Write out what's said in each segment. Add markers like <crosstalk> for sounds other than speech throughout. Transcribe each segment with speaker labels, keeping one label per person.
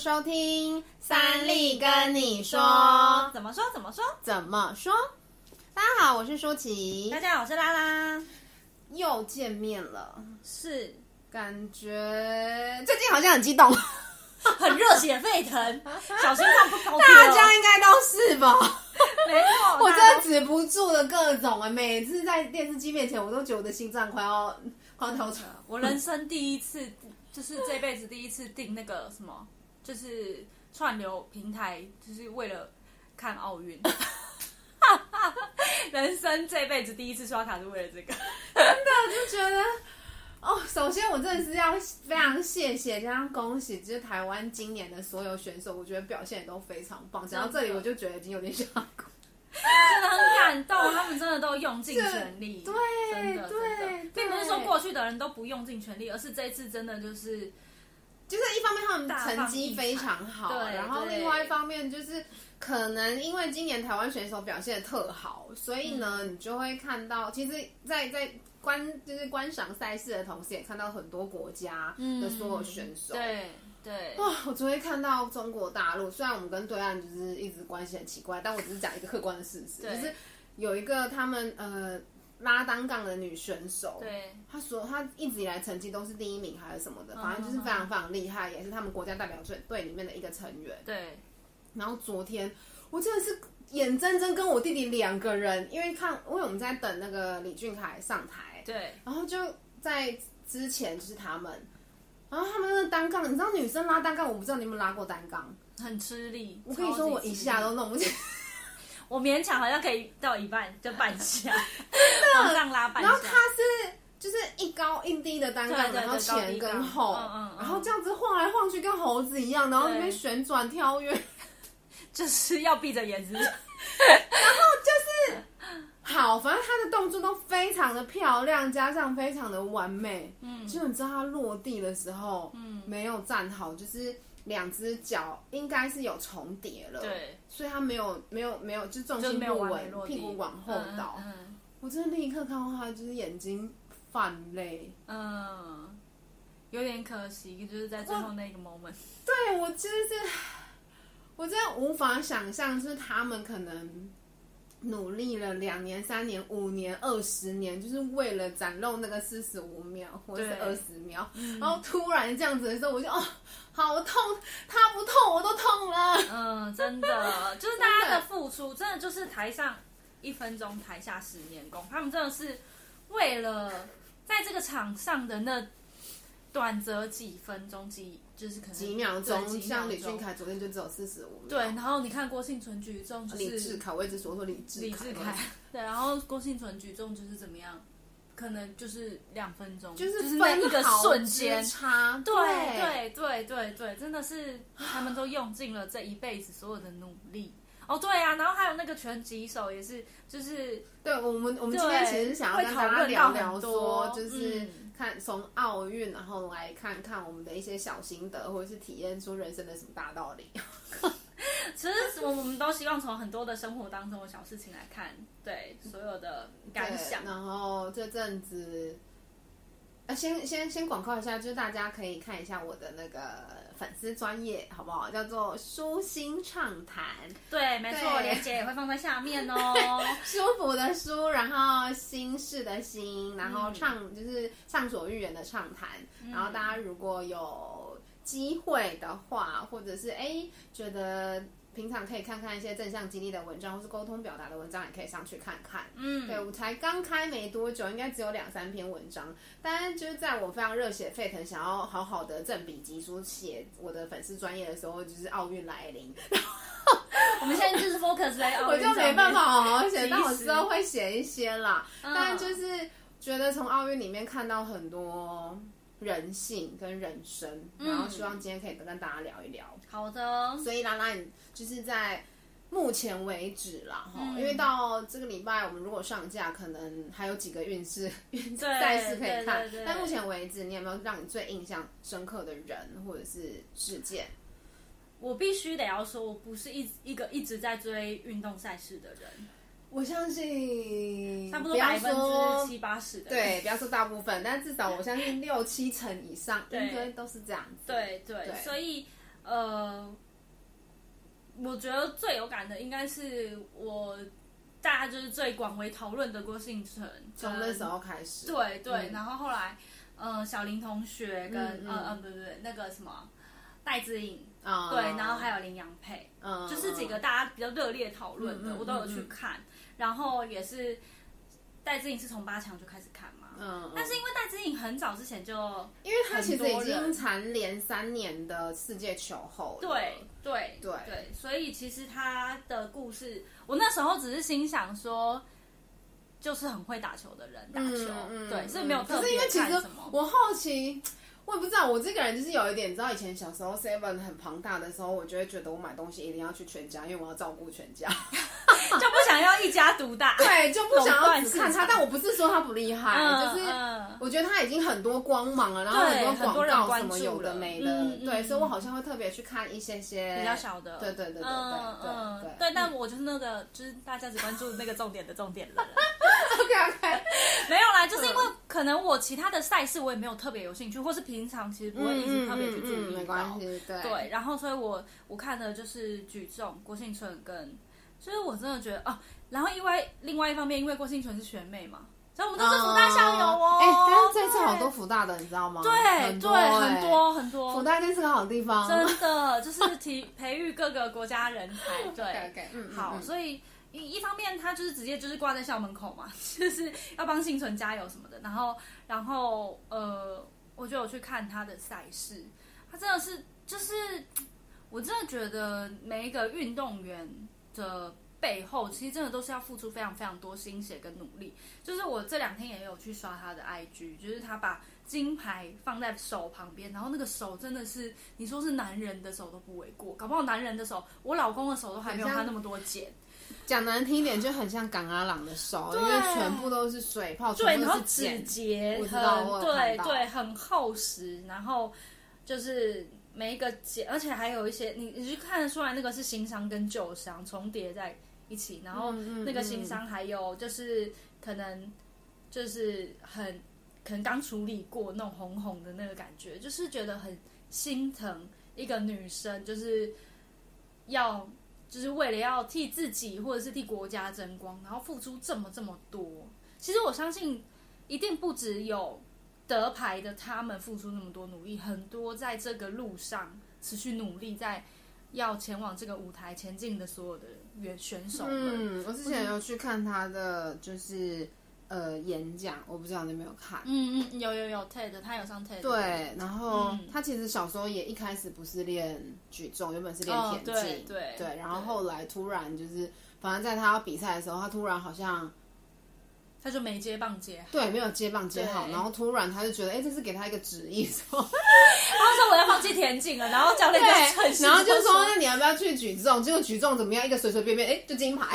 Speaker 1: 收听
Speaker 2: 三立跟你说
Speaker 1: 说
Speaker 2: 怎么说怎么说？
Speaker 1: 怎么说。大家好，我是舒淇
Speaker 2: 大，家好，我是拉拉，
Speaker 1: 又见面了， <laughs>
Speaker 2: 是
Speaker 1: 感觉最近好像很激动，
Speaker 2: 很热血沸
Speaker 1: <laughs>
Speaker 2: 腾，小心看不高丢。
Speaker 1: 大家应该都是吧？ <laughs>
Speaker 2: 没错，
Speaker 1: 我
Speaker 2: 大
Speaker 1: 真
Speaker 2: 家
Speaker 1: 的止不住的各种哎、每次在电视机面前，我都觉得我的心脏快要 <laughs> 快要跳出来。
Speaker 2: 我人生第一次，就是这辈子第一次订那个什么，就是串流平台，就是为了看奥运。 <laughs> 人生这辈子第一次刷卡是为了这个，
Speaker 1: 啊就觉得，哦，首先我真的是要非常谢谢，加上恭喜，就是台湾今年的所有选手，我觉得表现也都非常棒。讲到这里，我就觉得已经有点想哭。
Speaker 2: 真的很感动，他们真的都用尽全力。
Speaker 1: <laughs> 对
Speaker 2: 真的真
Speaker 1: 哎对
Speaker 2: 的，并不是说
Speaker 1: 对
Speaker 2: 过去的人都不用尽全力，而是这一次真的就是
Speaker 1: 就是一方面他们
Speaker 2: 大放
Speaker 1: 成绩
Speaker 2: 异彩
Speaker 1: 非常好，
Speaker 2: 对
Speaker 1: 然后
Speaker 2: 对
Speaker 1: 另外一方面就是可能因为今年台湾选手表现的特好，所以呢，
Speaker 2: 嗯
Speaker 1: 你就会看到，其实在，在观就是观赏赛事的同时，也看到很多国家的所有选手。啊
Speaker 2: 嗯对对，
Speaker 1: 哇！我昨天看到中国大陆，虽然我们跟对岸就是一直关系很奇怪，但我只是讲一个客观的事实，
Speaker 2: 对
Speaker 1: 就是有一个他们呃拉单杠的女选手，
Speaker 2: 对，
Speaker 1: 她说她一直以来成绩都是第一名还是什么
Speaker 2: 嗯
Speaker 1: 的，反正就是非常非常厉害，也是他们国家代表队队里面的一个成员。
Speaker 2: 对，
Speaker 1: 然后昨天我真的是眼睁睁跟我弟弟两个人，因为看因为我们在等那个李俊凯上台，
Speaker 2: 对，
Speaker 1: 然后就在之前就是他们，然后他们那个单杠，你知道女生拉单杠，我不知道你有没有拉过单杠。
Speaker 2: 很吃力。
Speaker 1: 我跟你说，
Speaker 2: 超级
Speaker 1: 我一下
Speaker 2: 吃力
Speaker 1: 都弄不起。
Speaker 2: 我勉强好像可以到一半，就半
Speaker 1: <laughs>
Speaker 2: 下，往上拉半
Speaker 1: 然后它
Speaker 2: 下。
Speaker 1: 是就是一高一低的单
Speaker 2: 对
Speaker 1: 杠，
Speaker 2: 对对
Speaker 1: 然后前跟后，
Speaker 2: 高低杠嗯嗯嗯
Speaker 1: 然后这样子晃来晃去，跟猴子一样，然后那边
Speaker 2: 对
Speaker 1: 旋转跳跃，
Speaker 2: 就是要闭着眼睛，
Speaker 1: <laughs> 好，反正他的动作都非常的漂亮，加上非常的完美。嗯，就你知道他落地的时候，嗯，没有站好，就是两只脚应该是有重叠了，
Speaker 2: 对，
Speaker 1: 所以他没有没有没有，就重
Speaker 2: 就
Speaker 1: 心
Speaker 2: 没有
Speaker 1: 不
Speaker 2: 完美落
Speaker 1: 稳，
Speaker 2: 地，
Speaker 1: 屁股往后倒。
Speaker 2: 嗯
Speaker 1: 我真的立刻看到他就是眼睛泛泪。
Speaker 2: 嗯嗯，有点可惜，就是在最后那个 moment。
Speaker 1: 对我真的是，我真的无法想象，就是他们可能努力了两年、三年、五年、二十年，就是为了展露那个四十五秒或者是二
Speaker 2: 对嗯
Speaker 1: 十秒，然后突然这样子的时候，我就哦，好痛，他不痛我都痛了。
Speaker 2: 嗯，真的，就是大家
Speaker 1: 真的
Speaker 2: 的付出，真的就是台上一分钟，台下十年功。他们真的是为了在这个场上的那短则几分钟，几就是可能
Speaker 1: 几秒钟
Speaker 2: 对，几秒
Speaker 1: 像李俊
Speaker 2: 钟。
Speaker 1: 凯昨天就只有四十五秒。
Speaker 2: 对，，然后你看郭幸存举重就是
Speaker 1: 李啊志凯，我一直说说李志
Speaker 2: 李志凯，对，然后郭幸存举重就是怎么样，可能就是两分钟，就
Speaker 1: 就是
Speaker 2: 那
Speaker 1: 分
Speaker 2: 一个
Speaker 1: 毫
Speaker 2: 瞬
Speaker 1: 之
Speaker 2: 间。
Speaker 1: 差，对
Speaker 2: 对对对对对，真的是他们都用尽了这一辈子所有的努力。哦，对啊，然后还有那个拳击手也是，就是
Speaker 1: 对，我们我们
Speaker 2: 对
Speaker 1: 今天其实是想要跟大家
Speaker 2: 会
Speaker 1: 聊
Speaker 2: 讨论到
Speaker 1: 聊
Speaker 2: 很
Speaker 1: 说
Speaker 2: 多，
Speaker 1: 就是
Speaker 2: 嗯
Speaker 1: 看从奥运，然后来看看我们的一些小心得，或者是体验出人生的什么大道
Speaker 2: <laughs>
Speaker 1: 理。
Speaker 2: 其实我们都希望从很多的生活当中的小事情来看，对所有的感
Speaker 1: 对
Speaker 2: 想。
Speaker 1: 然后这阵子，啊，先先先广告一下，就是大家可以看一下我的那个粉丝专业，好不好？叫做舒心畅谈，
Speaker 2: 对，没错，
Speaker 1: 对
Speaker 2: 连接也会放在下面
Speaker 1: <laughs>
Speaker 2: 哦。
Speaker 1: 舒服的舒，然后心事的心，然后畅、就是畅所欲言的畅谈。然后大家如果有机会的话，或者是哎觉得平常可以看看一些正向激励的文章，或是沟通表达的文章，也可以上去看看。
Speaker 2: 嗯，
Speaker 1: 对，我才刚开没多久，应该只有两三篇文章，但就是在我非常热血沸腾，想要好好的正笔疾书写我的粉丝专业的时候，就是奥运来临，
Speaker 2: 我们现在就是 focus 在
Speaker 1: <laughs>
Speaker 2: 奥
Speaker 1: 我
Speaker 2: 运
Speaker 1: 就
Speaker 2: 上
Speaker 1: 没
Speaker 2: 面
Speaker 1: 办法哦好好写，
Speaker 2: 及
Speaker 1: 但我
Speaker 2: 时
Speaker 1: 之后会写一些啦。
Speaker 2: 嗯
Speaker 1: 但就是觉得从奥运里面看到很多人性跟人生，然后希望今天可以跟大家聊一聊。
Speaker 2: 好的，
Speaker 1: 所以拉拉，你就是在目前为止啦，哈、
Speaker 2: 嗯
Speaker 1: 因为到这个礼拜我们如果上架，可能还有几个运势 <laughs> 运
Speaker 2: 对
Speaker 1: 赛事可以
Speaker 2: 对
Speaker 1: 看
Speaker 2: 对对。
Speaker 1: 但目前为止，你有没有让你最印象深刻的人或者是事件？
Speaker 2: 我必须得要说，我不是一一个一直在追运动赛事的人，
Speaker 1: 我相信，
Speaker 2: 差不
Speaker 1: 不
Speaker 2: 多
Speaker 1: 要
Speaker 2: 百分
Speaker 1: 说
Speaker 2: 之七八十的人。
Speaker 1: 对，不要说大部分，但至少我相信六七成以上应
Speaker 2: 对
Speaker 1: 该都是这样子。
Speaker 2: 对对，所以呃，我觉得最有感的应该是我大家就是最广为讨论的郭信成，
Speaker 1: 从那时候开始，
Speaker 2: 对对，
Speaker 1: 嗯
Speaker 2: 然后后来，呃，小林同学跟
Speaker 1: 嗯嗯
Speaker 2: 呃呃不不不那个什么戴资颖，
Speaker 1: 啊，
Speaker 2: 对，然后还有林洋配，
Speaker 1: 嗯，
Speaker 2: 就是几个大家比较热烈讨论的，
Speaker 1: 嗯嗯
Speaker 2: 我都有
Speaker 1: 嗯
Speaker 2: 去
Speaker 1: 嗯
Speaker 2: 看，然后也是戴资颖是从八强就开始看嘛，
Speaker 1: 嗯，嗯，
Speaker 2: 但是因为戴资颖很早之前就
Speaker 1: 因为他其实已
Speaker 2: 很多
Speaker 1: 经
Speaker 2: 人
Speaker 1: 蝉联三年的世界球后了，
Speaker 2: 对对
Speaker 1: 对
Speaker 2: 对，所以其实他的故事，我那时候只是心想说，就是很会打球的人打球，
Speaker 1: 嗯嗯
Speaker 2: 对，所以
Speaker 1: 嗯
Speaker 2: 没有特
Speaker 1: 可是因
Speaker 2: 别
Speaker 1: 为其
Speaker 2: 看
Speaker 1: 实
Speaker 2: 什么。
Speaker 1: 我好奇，我也不知道，我这个人就是有一点，你知道以前小时候 Seven 很庞大的时候，我就会觉得我买东西一定要去全家，因为我要照顾全家， <laughs>
Speaker 2: 就不想要一家独大。
Speaker 1: 对，就不想
Speaker 2: 垄
Speaker 1: 要
Speaker 2: 断
Speaker 1: 只
Speaker 2: 市
Speaker 1: 看他。
Speaker 2: 场
Speaker 1: 但我不是说他不厉害，
Speaker 2: 嗯，
Speaker 1: 就是。
Speaker 2: 嗯
Speaker 1: 我觉得他已经很多光芒了，然后
Speaker 2: 对
Speaker 1: 多
Speaker 2: 很多人
Speaker 1: 广告
Speaker 2: 关
Speaker 1: 什么
Speaker 2: 注
Speaker 1: 有的
Speaker 2: 了
Speaker 1: 没
Speaker 2: 嗯
Speaker 1: 的，
Speaker 2: 嗯
Speaker 1: 对，
Speaker 2: 嗯
Speaker 1: 所以我好像会特别去看一些些
Speaker 2: 比较小的，
Speaker 1: <laughs> 对对对对对
Speaker 2: 嗯
Speaker 1: 对
Speaker 2: 嗯
Speaker 1: 对
Speaker 2: 对，但我就是那个，就是大家只关注那个重点的重点
Speaker 1: <laughs>
Speaker 2: 了，
Speaker 1: OK OK，
Speaker 2: 没有啦，就是因
Speaker 1: 嗯
Speaker 2: 为可能我其他的赛事我也没有特别有兴趣，或是平常其实不
Speaker 1: 嗯
Speaker 2: 会一直特别去注意
Speaker 1: 没
Speaker 2: 到，
Speaker 1: 关系，对
Speaker 2: 对，然后所以我我看的就是举重郭幸存跟，就是我真的觉得哦，然后因为另外一方面，因为郭幸存是学妹嘛，所以我们都是福大校友哦。
Speaker 1: 呃哎、但是这次好多福大的，你知道吗？
Speaker 2: 对
Speaker 1: 很多
Speaker 2: 对很
Speaker 1: 哎
Speaker 2: 多很
Speaker 1: 福
Speaker 2: 多，
Speaker 1: 大真是个好地方。
Speaker 2: 真的就是提 <laughs> 培育各个国家人才，对，
Speaker 1: OK，嗯，
Speaker 2: 好，
Speaker 1: 嗯
Speaker 2: 所以。一一方面，他就是直接就是挂在校门口嘛， <laughs> 就是要帮幸存加油什么的。然后，然后呃，我就有去看他的赛事，他真的是就是，我真的觉得每一个运动员的背后，其实真的都是要付出非常非常多心血跟努力。就是我这两天也有去刷他的 IG，就是他把金牌放在手旁边，然后那个手真的是，你说是男人的手都不为过，搞不好男人的手，我老公的手都还没有
Speaker 1: 很像
Speaker 2: 他那么多茧。
Speaker 1: 讲难听一点，就很像港阿朗的手，
Speaker 2: 对
Speaker 1: 因为全部都是水泡，
Speaker 2: 对，
Speaker 1: 哦全部
Speaker 2: 然
Speaker 1: 都
Speaker 2: 后
Speaker 1: 是
Speaker 2: 指
Speaker 1: 茧。
Speaker 2: 节
Speaker 1: 我知
Speaker 2: 很
Speaker 1: 道我有看
Speaker 2: 对
Speaker 1: 到
Speaker 2: 对很厚实，然后就是每一个节，而且还有一些你你去看得出来那个是新伤跟旧伤重叠在一起，然后
Speaker 1: 嗯嗯
Speaker 2: 那个
Speaker 1: 嗯
Speaker 2: 新伤还有就是可能就是很可能刚处理过那种红红的那个感觉，就是觉得很心疼一个女生，就是要。就是为了要替自己或者是替国家争光，然后付出这么这么多，其实我相信，一定不只有得牌的他们付出那么多努力，很多在这个路上持续努力，在要前往这个舞台前进的所有的选选手们，
Speaker 1: 嗯，我之前有去看他的，就是呃演讲，我不知道你有没有看。
Speaker 2: 嗯嗯，有有有 TED，他有上 TED，
Speaker 1: 对，然后、
Speaker 2: 嗯
Speaker 1: 他其实小时候也一开始不是练举重，原本是练
Speaker 2: 哦
Speaker 1: 田径、
Speaker 2: 对对
Speaker 1: 对，然后后来突然就是，反正在他要比赛的时候，他突然好像
Speaker 2: 他就没接棒接好，
Speaker 1: 对没有接棒接好，
Speaker 2: 对
Speaker 1: 然后突然他就觉得，哎、这是给他一个旨
Speaker 2: <laughs>
Speaker 1: 意，说
Speaker 2: 他说我要放弃田径了，然后教练 <laughs> 就趁
Speaker 1: 对，
Speaker 2: 势
Speaker 1: 然后就
Speaker 2: 说
Speaker 1: 说那你要不要去举重？结果举重怎么样？一个随随便便，哎、就
Speaker 2: <laughs>
Speaker 1: 金牌。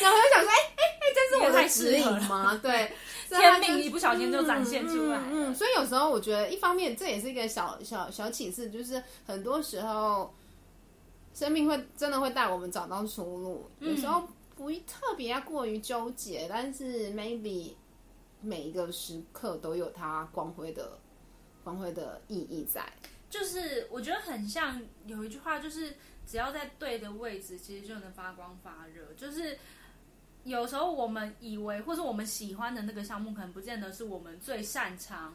Speaker 1: 然后他就想说，哎哎哎，这是我的指引吗？对，
Speaker 2: <laughs>
Speaker 1: 所以他
Speaker 2: 天
Speaker 1: 就
Speaker 2: 命一不小心就展现出来了
Speaker 1: 嗯，嗯嗯所以有时候我觉得，一方面这也是一个小小小启示，就是很多时候生命会真的会带我们找到出路。有时
Speaker 2: 嗯
Speaker 1: 候不一特别要过于纠结，但是 maybe 每一个时刻都有它光辉的光辉的意义在。
Speaker 2: 就是我觉得很像有一句话，就是只要在对的位置，其实就能发光发热。就是有时候我们以为或者我们喜欢的那个项目，可能不见得是我们最擅长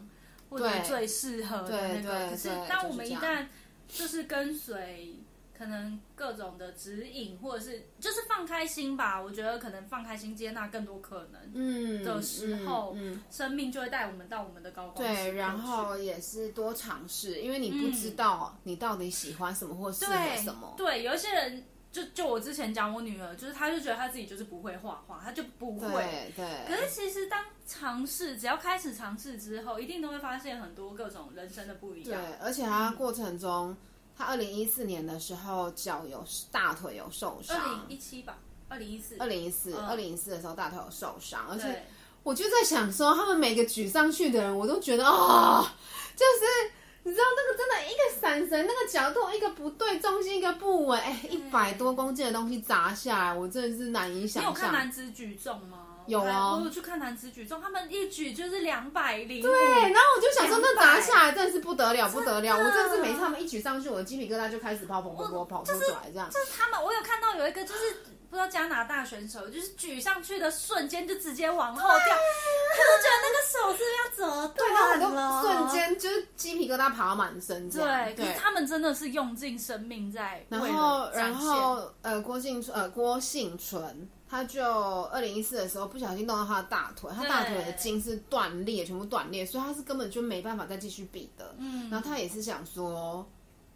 Speaker 2: 或者
Speaker 1: 对
Speaker 2: 最适合的
Speaker 1: 对
Speaker 2: 那个。
Speaker 1: 对
Speaker 2: 可是
Speaker 1: 对
Speaker 2: 当
Speaker 1: 就
Speaker 2: 我
Speaker 1: 是这
Speaker 2: 们一
Speaker 1: 样
Speaker 2: 旦就是跟随可能各种的指引，或者是就是放开心吧，我觉得可能放开心接纳更多可能，
Speaker 1: 嗯
Speaker 2: 的时候
Speaker 1: 嗯嗯
Speaker 2: 生命就会带我们到我们的高光时刻去。嗯
Speaker 1: 对，然后也是多尝试，因为你不知道你到底喜欢什么或适合
Speaker 2: 对
Speaker 1: 什么。
Speaker 2: 对，有一些人就就我之前讲我女儿，就是她就觉得她自己就是不会画画，她就不会。
Speaker 1: 对对，
Speaker 2: 可是其实当尝试，只要开始尝试之后，一定都会发现很多各种人生的不一
Speaker 1: 对
Speaker 2: 样。，
Speaker 1: 而且他过程中，他二零一四年的时候脚有大腿有受
Speaker 2: 二
Speaker 1: 伤
Speaker 2: 零。一七吧，二零一四，
Speaker 1: 二零一四，嗯二零一四的时候大腿有受伤，而且
Speaker 2: 对，
Speaker 1: 我就在想说，他们每个举上去的人，我都觉得啊、就是你知道那个真的一个闪神，那个角度一个不对，重心一个不稳，哎、一百多公斤的东西砸下来，我真的是难以想象。
Speaker 2: 你有看男子举重吗？
Speaker 1: 有
Speaker 2: 还
Speaker 1: 哦
Speaker 2: 我有去看男子举重，他们一举就是两百零对
Speaker 1: 对，然后我就想说，那
Speaker 2: 200
Speaker 1: 砸下来真的是不得了，不得了！我真的是每次他们一举上去，我的鸡皮疙瘩就开始跑跑跑跑跑出来，这样。
Speaker 2: 就是他们，我有看到有一个就是不知道加拿大选手，就是举上去的瞬间就直接往后掉，我就觉得那个手是不是要折
Speaker 1: 对，然啊后我
Speaker 2: 断了，啊
Speaker 1: 就瞬。间就是鸡皮疙瘩爬到满身这样。
Speaker 2: 对，可是他们真的是用尽生命在为
Speaker 1: 然
Speaker 2: 了
Speaker 1: 后，
Speaker 2: 展
Speaker 1: 然
Speaker 2: 现
Speaker 1: 后呃，郭幸存呃郭幸存，他就二零一四的时候不小心动到他的大腿，他大腿的筋是断裂，全部断裂，所以他是根本就没办法再继续比的。
Speaker 2: 嗯
Speaker 1: 然后他也是想说，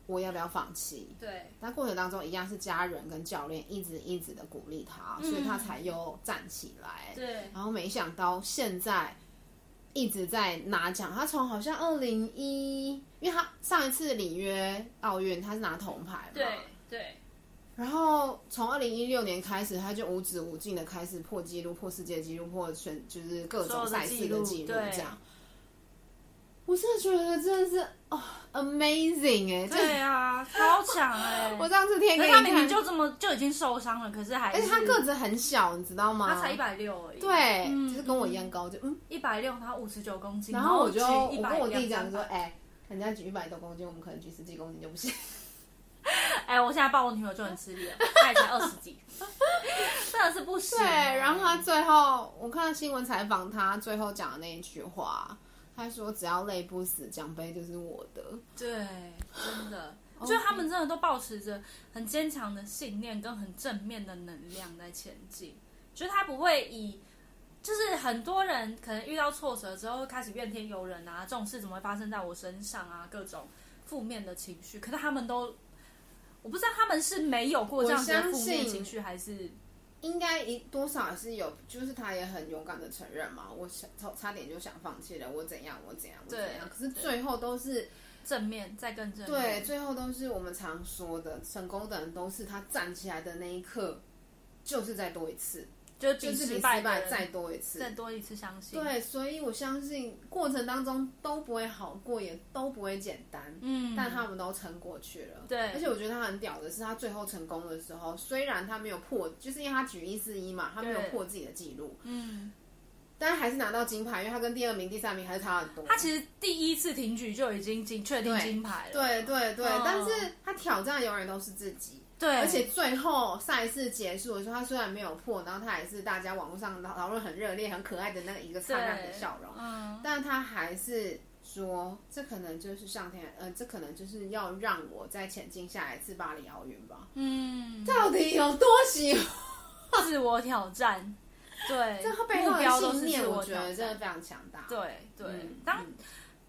Speaker 1: 我要不要放弃？
Speaker 2: 对
Speaker 1: 那过程当中一样是家人跟教练一直一直的鼓励他，所以他才又站起来。
Speaker 2: 嗯对
Speaker 1: 然后没想到现在一直在拿奖，他从好像二零一，因为他上一次里约奥运他是拿铜牌嘛，
Speaker 2: 对对，
Speaker 1: 然后从二零一六年开始，他就无止无尽的开始破纪录、破世界纪录、破全就是各种赛事的
Speaker 2: 所
Speaker 1: 纪
Speaker 2: 有的纪录
Speaker 1: 录
Speaker 2: 对
Speaker 1: 这样。我真的觉得真的是哦，amazing 哎、
Speaker 2: 对啊，超强哎、
Speaker 1: <laughs> 我上次贴给
Speaker 2: 可
Speaker 1: 你
Speaker 2: 是
Speaker 1: 看，
Speaker 2: 他明明就这么就已经受伤了，可是还
Speaker 1: 而
Speaker 2: 是
Speaker 1: 且他个子很小，你知道吗？
Speaker 2: 他才一百六而已，
Speaker 1: 对，
Speaker 2: 嗯
Speaker 1: 就是跟我一样高，就嗯。
Speaker 2: 一百六，他五十九公斤，
Speaker 1: 然后我就
Speaker 2: 举
Speaker 1: 我
Speaker 2: 100
Speaker 1: 跟我弟讲
Speaker 2: 两
Speaker 1: 说，
Speaker 2: 百
Speaker 1: 哎、人家举一百多公斤，我们可能举十几公斤就不行。
Speaker 2: 哎、我现在抱我女友就很吃力了，她也才二十几，真的是不行。啊
Speaker 1: 对，然后他最后我看新闻采访他最后讲的那一句话，他说只要累不死，奖杯就是我的。
Speaker 2: 对，真的，
Speaker 1: 哦
Speaker 2: 就他们真的都保持着很坚强的信念跟很正面的能量在前进，就是他不会以。就是很多人可能遇到挫折之后会开始怨天尤人啊，这种事怎么会发生在我身上啊？各种负面的情绪，可是他们都，我不知道他们是没有过这样子的负面情绪，还是
Speaker 1: 应该一多少还是有，就是他也很勇敢的承认嘛，我想差差点就想放弃了，我怎样我怎样我怎样，
Speaker 2: 对
Speaker 1: 可是
Speaker 2: 对
Speaker 1: 最后都是
Speaker 2: 正面再更正面。
Speaker 1: 对，最后都是我们常说的，成功的人都是他站起来的那一刻，就是再多一次，
Speaker 2: 就是
Speaker 1: 就
Speaker 2: 比
Speaker 1: 是比
Speaker 2: 失
Speaker 1: 失
Speaker 2: 败
Speaker 1: 败
Speaker 2: 的人
Speaker 1: 再多一次
Speaker 2: 再。多一次相信。
Speaker 1: 对，所以我相信过程当中都不会好过，也都不会简单，
Speaker 2: 嗯，
Speaker 1: 但他们都撑过去了。
Speaker 2: 对
Speaker 1: 而且我觉得他很屌的是，他最后成功的时候，虽然他没有破，就是因为他举一四一嘛，他没有
Speaker 2: 对
Speaker 1: 破自己的记录，
Speaker 2: 嗯，
Speaker 1: 但还是拿到金牌，因为他跟第二名、第三名还是差很多。
Speaker 2: 他其实第一次挺举就已经金确定金牌了。
Speaker 1: 对对对，
Speaker 2: 嗯
Speaker 1: 但是他挑战永远都是自己。
Speaker 2: 对，
Speaker 1: 而且最后赛事结束的时候，他虽然没有破，然后他也是大家网络上讨论很热烈、很可爱的那个一个灿烂的
Speaker 2: 对
Speaker 1: 笑容，
Speaker 2: 嗯，
Speaker 1: 但他还是说，这可能就是上天，呃，这可能就是要让我再前进下一次巴黎奥运吧。
Speaker 2: 嗯，
Speaker 1: 到底有多喜欢？
Speaker 2: 自我挑战，对，
Speaker 1: 这他背后
Speaker 2: 目标都
Speaker 1: 的
Speaker 2: 是
Speaker 1: 信念，
Speaker 2: 自
Speaker 1: 我觉
Speaker 2: 挑
Speaker 1: 得
Speaker 2: 战。
Speaker 1: 真的非常强大。
Speaker 2: 对对，
Speaker 1: 嗯，
Speaker 2: 当
Speaker 1: 嗯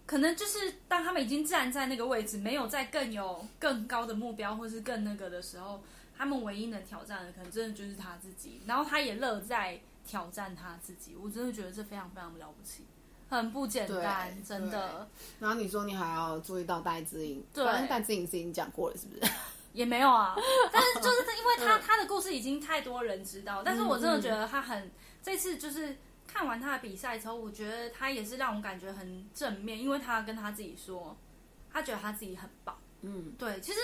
Speaker 2: 可能就是当他们已经站在那个位置，没有再更有更高的目标或是更那个的时候，他们唯一能挑战的，可能真的就是他自己。然后他也乐在挑战他自己，我真的觉得这非常非常了不起，很不简单，
Speaker 1: 对
Speaker 2: 真的
Speaker 1: 然后你说你还要注意到戴志颖，
Speaker 2: 对
Speaker 1: 反正戴志颖是已经讲过了，是不是？
Speaker 2: 也没有啊。但是就是他因为他他的故事已经太多人知道，但是我真的觉得他很这次就是。看完他的比赛之后，我觉得他也是让我感觉很正面，因为他跟他自己说，他觉得他自己很棒。
Speaker 1: 嗯，
Speaker 2: 对，其实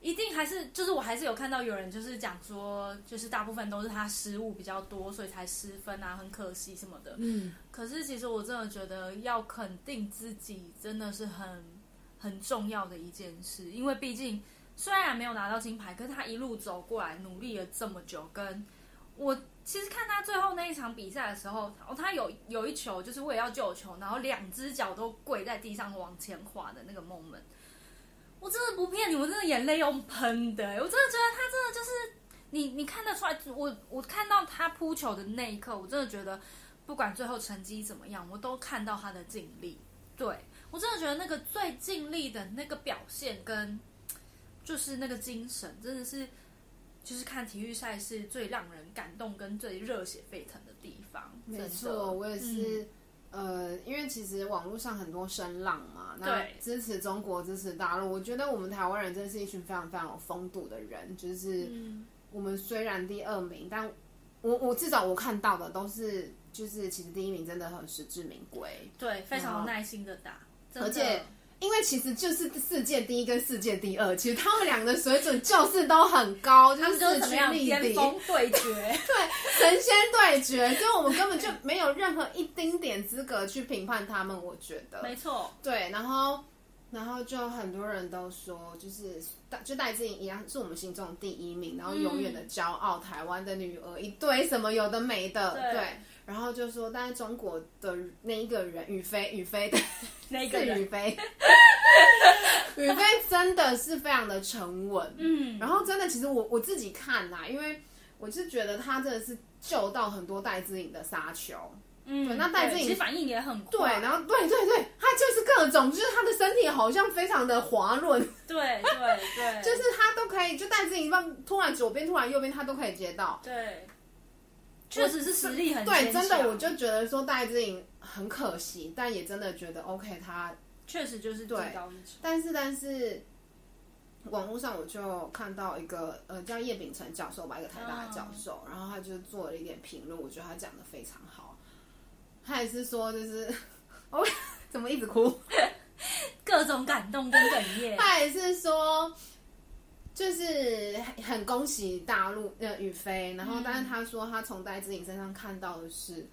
Speaker 2: 一定还是就是我还是有看到有人就是讲说，就是大部分都是他失误比较多，所以才失分啊，很可惜什么的。
Speaker 1: 嗯，
Speaker 2: 可是其实我真的觉得要肯定自己真的是很很重要的一件事，因为毕竟虽然没有拿到金牌，可是他一路走过来努力了这么久，跟我其实看他最后那一场比赛的时候，哦，他有有一球就是为了要救球，然后两只脚都跪在地上往前滑的那个 moment，我真的不骗你，我真的眼泪用喷的、欸我真的觉得他真的就是你你看得出来，我我看到他扑球的那一刻，我真的觉得不管最后成绩怎么样，我都看到他的尽力。对我真的觉得那个最尽力的那个表现跟就是那个精神，真的是就是看体育赛事最让人感动跟最热血沸腾的地方。
Speaker 1: 没
Speaker 2: 真的
Speaker 1: 错，我也是。呃，因为其实网络上很多声浪嘛，那
Speaker 2: 对
Speaker 1: 支持中国、支持大陆，我觉得我们台湾人真是一群非常非常有风度的人。就是
Speaker 2: 嗯，
Speaker 1: 我们虽然第二名，但我我至少我看到的都是，就是其实第一名真的很实至名归。
Speaker 2: 对，非常
Speaker 1: 然
Speaker 2: 有
Speaker 1: 后
Speaker 2: 耐心的打，真的
Speaker 1: 而且因为其实就是世界第一跟世界第二，其实他们两个的水准就是都很高，
Speaker 2: 他
Speaker 1: 就
Speaker 2: 们就是是怎么
Speaker 1: 趋
Speaker 2: 样
Speaker 1: 力
Speaker 2: 巅
Speaker 1: 敌， <laughs>
Speaker 2: 峰 <laughs> 对决？
Speaker 1: 神仙对决，所以我们根本就没有任何一丁点资格去评判他们，我觉得。
Speaker 2: 没错，
Speaker 1: 对，然后然后就很多人都说，就是戴就戴志颖一样是我们心中的第一名，然后永远的
Speaker 2: 嗯
Speaker 1: 骄傲，台湾的女儿一堆什么有的没的，
Speaker 2: 对
Speaker 1: 然后就说，但是中国的那一个人雨飞，雨飞的
Speaker 2: 那个
Speaker 1: 是
Speaker 2: 人
Speaker 1: 雨
Speaker 2: <laughs>
Speaker 1: 飞，雨飞真的是非常的沉稳，
Speaker 2: 嗯，
Speaker 1: 然后真的，其实我我自己看啦，因为我是觉得他真的是救到很多戴资颖的杀球。
Speaker 2: 嗯，
Speaker 1: 对那戴志颖
Speaker 2: 对其实反应也很
Speaker 1: 对，
Speaker 2: 快，
Speaker 1: 然后对对对，他就是各种，就是他的身体好像非常的滑润，
Speaker 2: 对对对，
Speaker 1: 就是他都可以，就戴资颖放突然左边突然右边他都可以接到。
Speaker 2: 对，确实是实力很
Speaker 1: 对，
Speaker 2: 坚
Speaker 1: 真的
Speaker 2: 强
Speaker 1: 我就觉得说戴资颖很可惜，但也真的觉得 OK 他，
Speaker 2: 确实就是技高一筹，
Speaker 1: 但是但是。网络上我就看到一个呃叫叶秉成教授吧，一个台大的教授，
Speaker 2: 哦
Speaker 1: 然后他就做了一点评论，我觉得他讲的非常好。他也是说就是 <laughs> ，OK，怎么一直哭？
Speaker 2: 各种感动跟哽咽，
Speaker 1: 他也是说，就是很恭喜大陆呃宇飞，然后
Speaker 2: 嗯
Speaker 1: 但是他说他从戴志颖身上看到的是，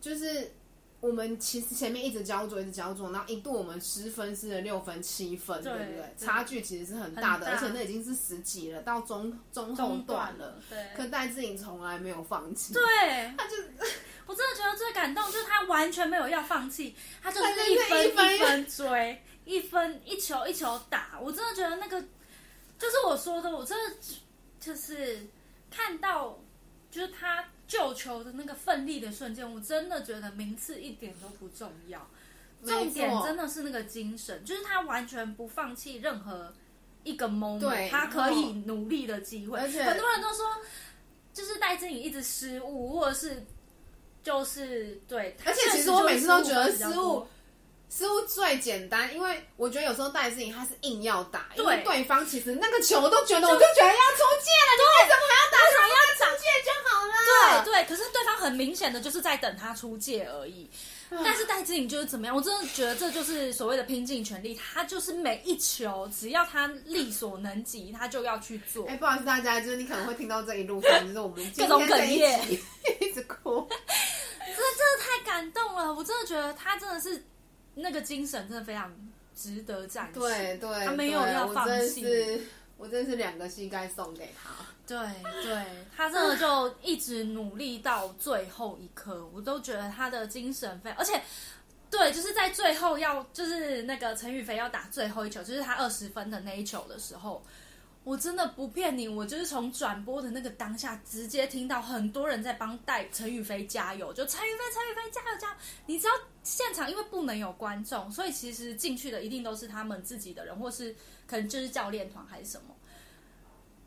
Speaker 1: 就是我们其实前面一直焦灼，一直焦灼，然后一度我们失分是六分七分，
Speaker 2: 对
Speaker 1: 对不对？
Speaker 2: 对
Speaker 1: 差距其实是很大的，
Speaker 2: 很大
Speaker 1: 而且那已经是十几了，到中中后
Speaker 2: 中
Speaker 1: 段
Speaker 2: 断
Speaker 1: 了。，
Speaker 2: 对
Speaker 1: 可戴志颖从来没有放弃，
Speaker 2: 对，
Speaker 1: 他就
Speaker 2: 我真的觉得最感动就是他完全没有要放弃，他就是
Speaker 1: 他就是
Speaker 2: 一分
Speaker 1: 一分
Speaker 2: 一分追，一分一球一球打。我真的觉得那个就是我说的，我真的就是看到就是他救球的那个奋力的瞬间，我真的觉得名次一点都不重要，重点
Speaker 1: 没错
Speaker 2: 真的是那个精神，就是他完全不放弃任何一个
Speaker 1: 对
Speaker 2: moment，他可以努力的机会。
Speaker 1: 而且
Speaker 2: 很多人都说，就是戴志颖一直失误，或者是就是对，
Speaker 1: 而且
Speaker 2: 他
Speaker 1: 其实
Speaker 2: 确
Speaker 1: 我
Speaker 2: 就
Speaker 1: 每次都觉得
Speaker 2: 比较
Speaker 1: 失
Speaker 2: 多
Speaker 1: 误，失误最简单，因为我觉得有时候戴志颖他是硬要打，
Speaker 2: 对
Speaker 1: 因为对方其实那个球都觉得，我就觉得要出界了，你为什么还要打？为什么要出界就好了？
Speaker 2: 对对，可是对方很明显的就是在等他出界而已。但是戴志颖就是怎么样，我真的觉得这就是所谓的拼尽全力，他就是每一球只要他力所能及，他就要去做
Speaker 1: 哎、。不好意思大家，就是你可能会听到这一路上，就是我们今
Speaker 2: 各种
Speaker 1: 天这一
Speaker 2: 哽
Speaker 1: 集一直哭。
Speaker 2: 太感动了，我真的觉得他真的是那个精神，真的非常值得赞许。
Speaker 1: 对对，
Speaker 2: 他没有
Speaker 1: 对
Speaker 2: 要放
Speaker 1: 我真
Speaker 2: 弃
Speaker 1: 是，我真是两个膝盖送给他。
Speaker 2: 对对，
Speaker 1: <laughs>
Speaker 2: 他真的就一直努力到最后一刻，我都觉得他的精神非，而且对，就是在最后要就是那个陈宇飞要打最后一球，就是他二十分的那一球的时候。我真的不骗你，我就是从转播的那个当下，直接听到很多人在帮戴陈宇飞加油，就陈宇飞，陈宇飞加油加油！你知道现场因为不能有观众，所以其实进去的一定都是他们自己的人，或是可能就是教练团还是什么。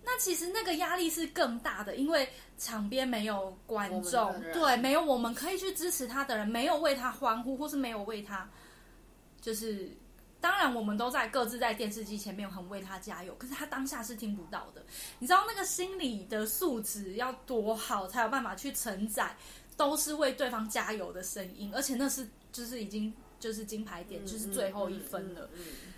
Speaker 2: 那其实那个压力是更大的，因为场边没有观
Speaker 1: 我
Speaker 2: 众
Speaker 1: 们的，人
Speaker 2: 对，没有我们可以去支持他的人，没有为他欢呼，或是没有为他，就是当然我们都在各自在电视机前面很为他加油，可是他当下是听不到的。你知道那个心理的素质要多好，才有办法去承载都是为对方加油的声音，而且那是就是已经就是金牌点，就是最后一分了。
Speaker 1: 嗯嗯。嗯嗯嗯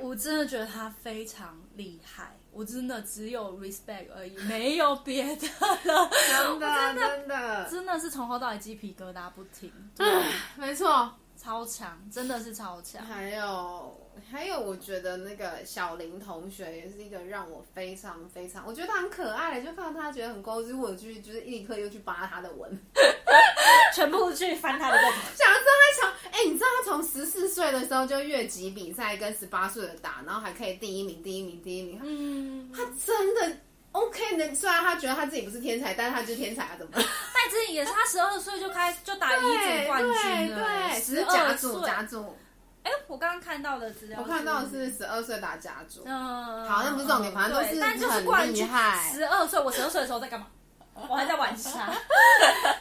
Speaker 2: 我真的觉得他非常厉害，我真的只有 respect 而已，没有别的了。 <laughs>
Speaker 1: 真的真的，
Speaker 2: 真的是从头到尾鸡皮疙瘩不停，
Speaker 1: 没错。
Speaker 2: 超强，真的是
Speaker 1: <laughs>
Speaker 2: 超强。
Speaker 1: 还有还有，我觉得那个小林同学也是一个让我非常非常，我觉得他很可爱，就看到他觉得很高知，我去就是立刻又去扒他的文，
Speaker 2: 全部去翻他的豆
Speaker 1: 想知道他从哎、你知道他从十四岁的时候就越级比赛跟十八岁的打，然后还可以第一名，第一名，第一名，
Speaker 2: 嗯，
Speaker 1: 他真的 OK 的。虽然他觉得他自己不是天才，但是他就是天才啊，怎么了？
Speaker 2: 戴志颖也是他十二岁就开就打乙
Speaker 1: 对
Speaker 2: 组冠
Speaker 1: 对
Speaker 2: 军了，
Speaker 1: 对，只
Speaker 2: 十
Speaker 1: 是甲
Speaker 2: 二
Speaker 1: 组
Speaker 2: 岁。
Speaker 1: 甲组，
Speaker 2: 哎， <laughs> 我刚刚看到的资料，
Speaker 1: 我看到的是十二岁打甲组，
Speaker 2: 嗯，
Speaker 1: 好像不是重点反正都是
Speaker 2: 对但就是
Speaker 1: 很
Speaker 2: 冠军
Speaker 1: 厉害
Speaker 2: 十二岁，我十二岁的时候在干嘛？我还在
Speaker 1: <laughs>
Speaker 2: 玩沙。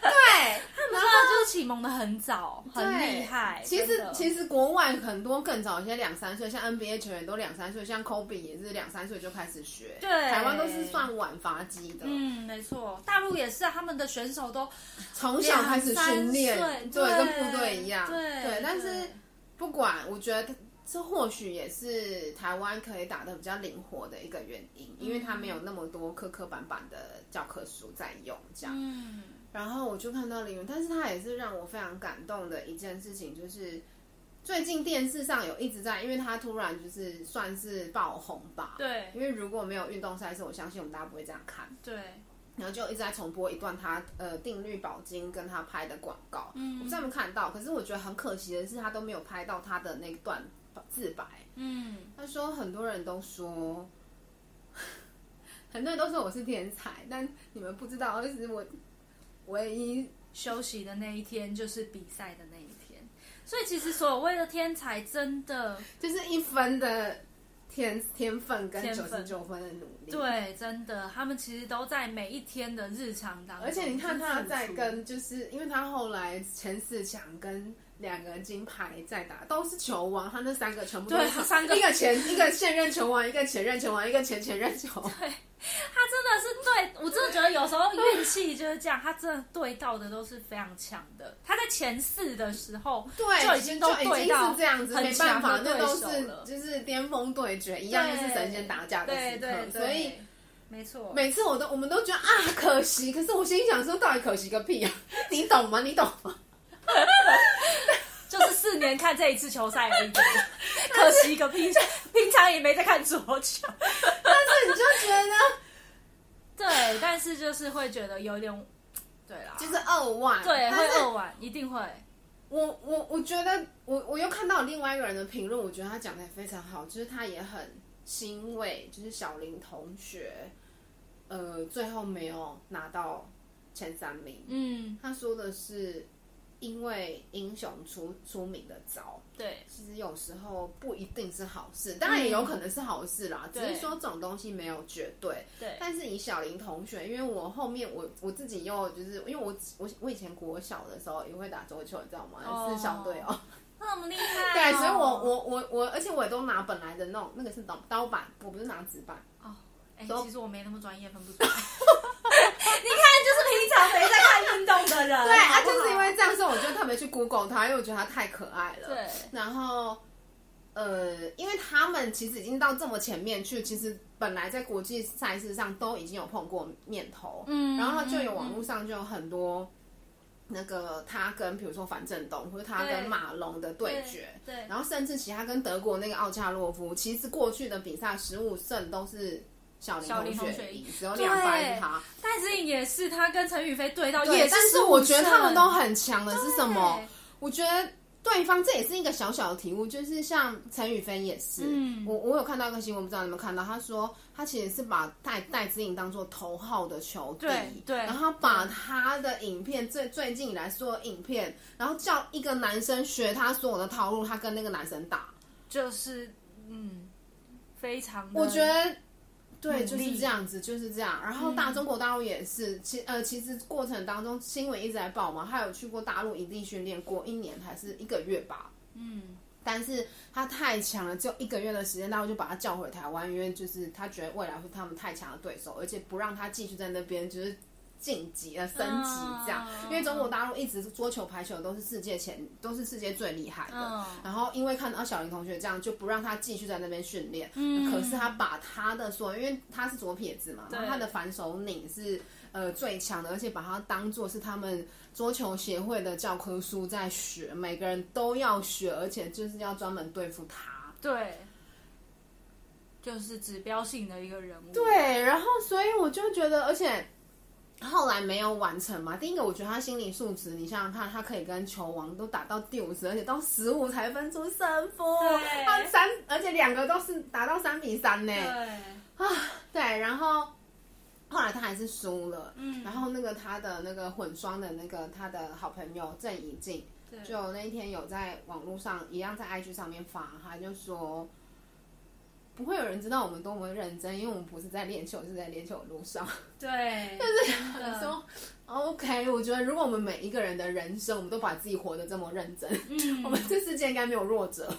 Speaker 1: 对，
Speaker 2: 然后就是启蒙的很早，很
Speaker 1: 对
Speaker 2: 厉害。
Speaker 1: 其实
Speaker 2: 实
Speaker 1: 其实国外很多更早，现在两三岁，像 NBA 球员都两三岁，像 Kobe 也是两三岁就开始学。
Speaker 2: 对
Speaker 1: 台湾都是算晚发机的，
Speaker 2: 嗯，没错，大陆也是啊，他们的选手都
Speaker 1: 从小开始训练
Speaker 2: 两三岁，
Speaker 1: 对，
Speaker 2: 对
Speaker 1: 跟部队一样。
Speaker 2: 对
Speaker 1: 对，但是
Speaker 2: 对
Speaker 1: 不管，我觉得这或许也是台湾可以打得比较灵活的一个原因，因为它没
Speaker 2: 嗯
Speaker 1: 有那么多磕磕绊绊的教科书在用这样。
Speaker 2: 嗯，
Speaker 1: 然后我就看到林允，但是他也是让我非常感动的一件事情，就是最近电视上有一直在，因为他突然就是算是爆红吧。
Speaker 2: 对
Speaker 1: 因为如果没有运动赛事，我相信我们大家不会这样看。
Speaker 2: 对，
Speaker 1: 然后就一直在重播一段他呃定律宝金跟他拍的广告，嗯，我不知道有没有看到，可是我觉得很可惜的是，他都没有拍到他的那段自白。
Speaker 2: 嗯，
Speaker 1: 他说很多人都说， <laughs> 很多人都说我是天才，但你们不知道，其实我唯一
Speaker 2: 休息的那一天就是比赛的那一天，所以其实所谓的天才真的
Speaker 1: 就是一分的天天分跟
Speaker 2: 天
Speaker 1: 九
Speaker 2: 分
Speaker 1: 十九分的努力。，
Speaker 2: 对，真的，他们其实都在每一天的日常当中，
Speaker 1: 而且你看他在
Speaker 2: 付出
Speaker 1: 跟，就是因为他后来前四强跟。两个金牌在打都是球王，他那三个全部都
Speaker 2: 对
Speaker 1: 是
Speaker 2: 他三个
Speaker 1: 一个前一个现任球王，一个前任球王，一个前前任球
Speaker 2: <laughs>
Speaker 1: 王。
Speaker 2: 他真的是对我真的觉得有时候运气就是这样，他真的对到的都是非常强的。他在前四的时候，
Speaker 1: 对，
Speaker 2: 就已经都
Speaker 1: 就已
Speaker 2: 对
Speaker 1: 经
Speaker 2: 到
Speaker 1: 是这样子，
Speaker 2: 很
Speaker 1: 没办法，
Speaker 2: 强的
Speaker 1: 那
Speaker 2: 对
Speaker 1: 都
Speaker 2: 手
Speaker 1: 是
Speaker 2: 了
Speaker 1: 就是巅峰对决，一样就是神仙打架的时
Speaker 2: 对对
Speaker 1: 刻，
Speaker 2: 对，
Speaker 1: 所以。
Speaker 2: 没错，
Speaker 1: 每次我都我们都觉得啊可惜，可是我心里想说，到底可惜个屁啊！ <laughs> 你懂吗？你懂
Speaker 2: <laughs>
Speaker 1: 吗？
Speaker 2: 就是四年看这一次球赛而已，可惜个屁，平常也没在看桌球。
Speaker 1: 但是你就觉得
Speaker 2: 对，但是就是会觉得有点，对啦，
Speaker 1: 就是二万，
Speaker 2: 对
Speaker 1: 但
Speaker 2: 会
Speaker 1: 是
Speaker 2: 二晚，一定会。
Speaker 1: 我我我觉得我我又看到另外一个人的评论，我觉得他讲的也非常好，就是他也很欣慰，就是小林同学，呃，最后没有拿到前三名。
Speaker 2: 嗯，
Speaker 1: 他说的是，因为英雄出出名的早，
Speaker 2: 对，
Speaker 1: 其实有时候不一定是好事，当然也有可能是好事啦，只
Speaker 2: 嗯对
Speaker 1: 是说这种东西没有绝对。
Speaker 2: 对
Speaker 1: 但是以小林同学，因为我后面我我自己又就是因为我我我以前国小的时候也会打桌球，你知道吗？
Speaker 2: 哦
Speaker 1: 是校队哦，
Speaker 2: 那么厉害哦、
Speaker 1: 对，所以我我我我，而且我也都拿本来的那种那个是刀刀板，我不是拿纸板。
Speaker 2: 哦，哎、其实我没那么专业，分不 <laughs> 出来。你看，就是平常没在看运动的人，
Speaker 1: 对啊，
Speaker 2: 好不好
Speaker 1: 就是因为这样，所以我就特别去 Google 他，因为我觉得他太可爱了。
Speaker 2: 对
Speaker 1: 然后。呃，因为他们其实已经到这么前面去，其实本来在国际赛事上都已经有碰过面头，
Speaker 2: 嗯
Speaker 1: 然后就有网络上就有很多那个他跟比如说樊振东或者他跟
Speaker 2: 对
Speaker 1: 马龙的对决，
Speaker 2: 对对
Speaker 1: 然后甚至其他跟德国那个奥恰洛夫，其实过去的比赛十五胜都是小林
Speaker 2: 小林同
Speaker 1: 学
Speaker 2: 学
Speaker 1: 赢
Speaker 2: 赢，
Speaker 1: 只有两败是他。
Speaker 2: 戴志颖也是，他跟陈宇飞对到
Speaker 1: 对，
Speaker 2: 也
Speaker 1: 但是
Speaker 2: 15
Speaker 1: 我觉得他们都
Speaker 2: 胜
Speaker 1: 很强的是什么？我觉得对方这也是一个小小的题目，就是像陈宇飞也是，
Speaker 2: 嗯
Speaker 1: 我我有看到一个新闻，不知道你们有没有看到，他说他其实是把戴戴资颖当做头号的球弟，
Speaker 2: 对对
Speaker 1: 然后把他的影片最最近以来所有影片，然后叫一个男生学他所有的套路，他跟那个男生打，
Speaker 2: 就是嗯，非常的
Speaker 1: 我觉得。对，
Speaker 2: 努
Speaker 1: 就
Speaker 2: 力
Speaker 1: 是这样子，就是这样。然后大中国大陆也是，其呃，其实过程当中新闻一直在报嘛，他有去过大陆营地训练过一年还是一个月吧，
Speaker 2: 嗯，
Speaker 1: 但是他太强了，只有一个月的时间，大陆就把他叫回台湾，因为就是他觉得未来会他们太强的对手，而且不让他继续在那边就是晋级呃升级这样。
Speaker 2: 嗯
Speaker 1: 因为中国大陆一直桌球、排球都是世界前，都是世界最厉害的。
Speaker 2: 嗯
Speaker 1: 然后因为看到小林同学这样，就不让他继续在那边训练。
Speaker 2: 嗯
Speaker 1: 可是他把他的所有，因为他是左撇子嘛，然后他的反手拧是呃最强的，而且把它当做是他们桌球协会的教科书在学，每个人都要学，而且就是要专门对付他。
Speaker 2: 对，就是指标性的一个人物，
Speaker 1: 对，然后所以我就觉得，而且后来没有完成嘛。第一个，我觉得他心理素质，你想想看，他可以跟球王都打到第五十，而且到十五才分出胜负
Speaker 2: 对，
Speaker 1: 他三，而且两个都是打到三比三呢。啊
Speaker 2: 对，
Speaker 1: 对，然后后来他还是输了。
Speaker 2: 嗯
Speaker 1: 然后那个他的那个混双的那个他的好朋友郑怡静，
Speaker 2: 对
Speaker 1: 就那一天有在网络上一样在 IG 上面发，他就说。不会有人知道我们多么认真，因为我们不是在练球，是在练球的路上。
Speaker 2: 对，就是
Speaker 1: 他说，OK，我觉
Speaker 2: 哦
Speaker 1: 得如果我们每一个人的人生，我们都把自己活得这么认真，
Speaker 2: 嗯
Speaker 1: 我们这世界应该没有弱者。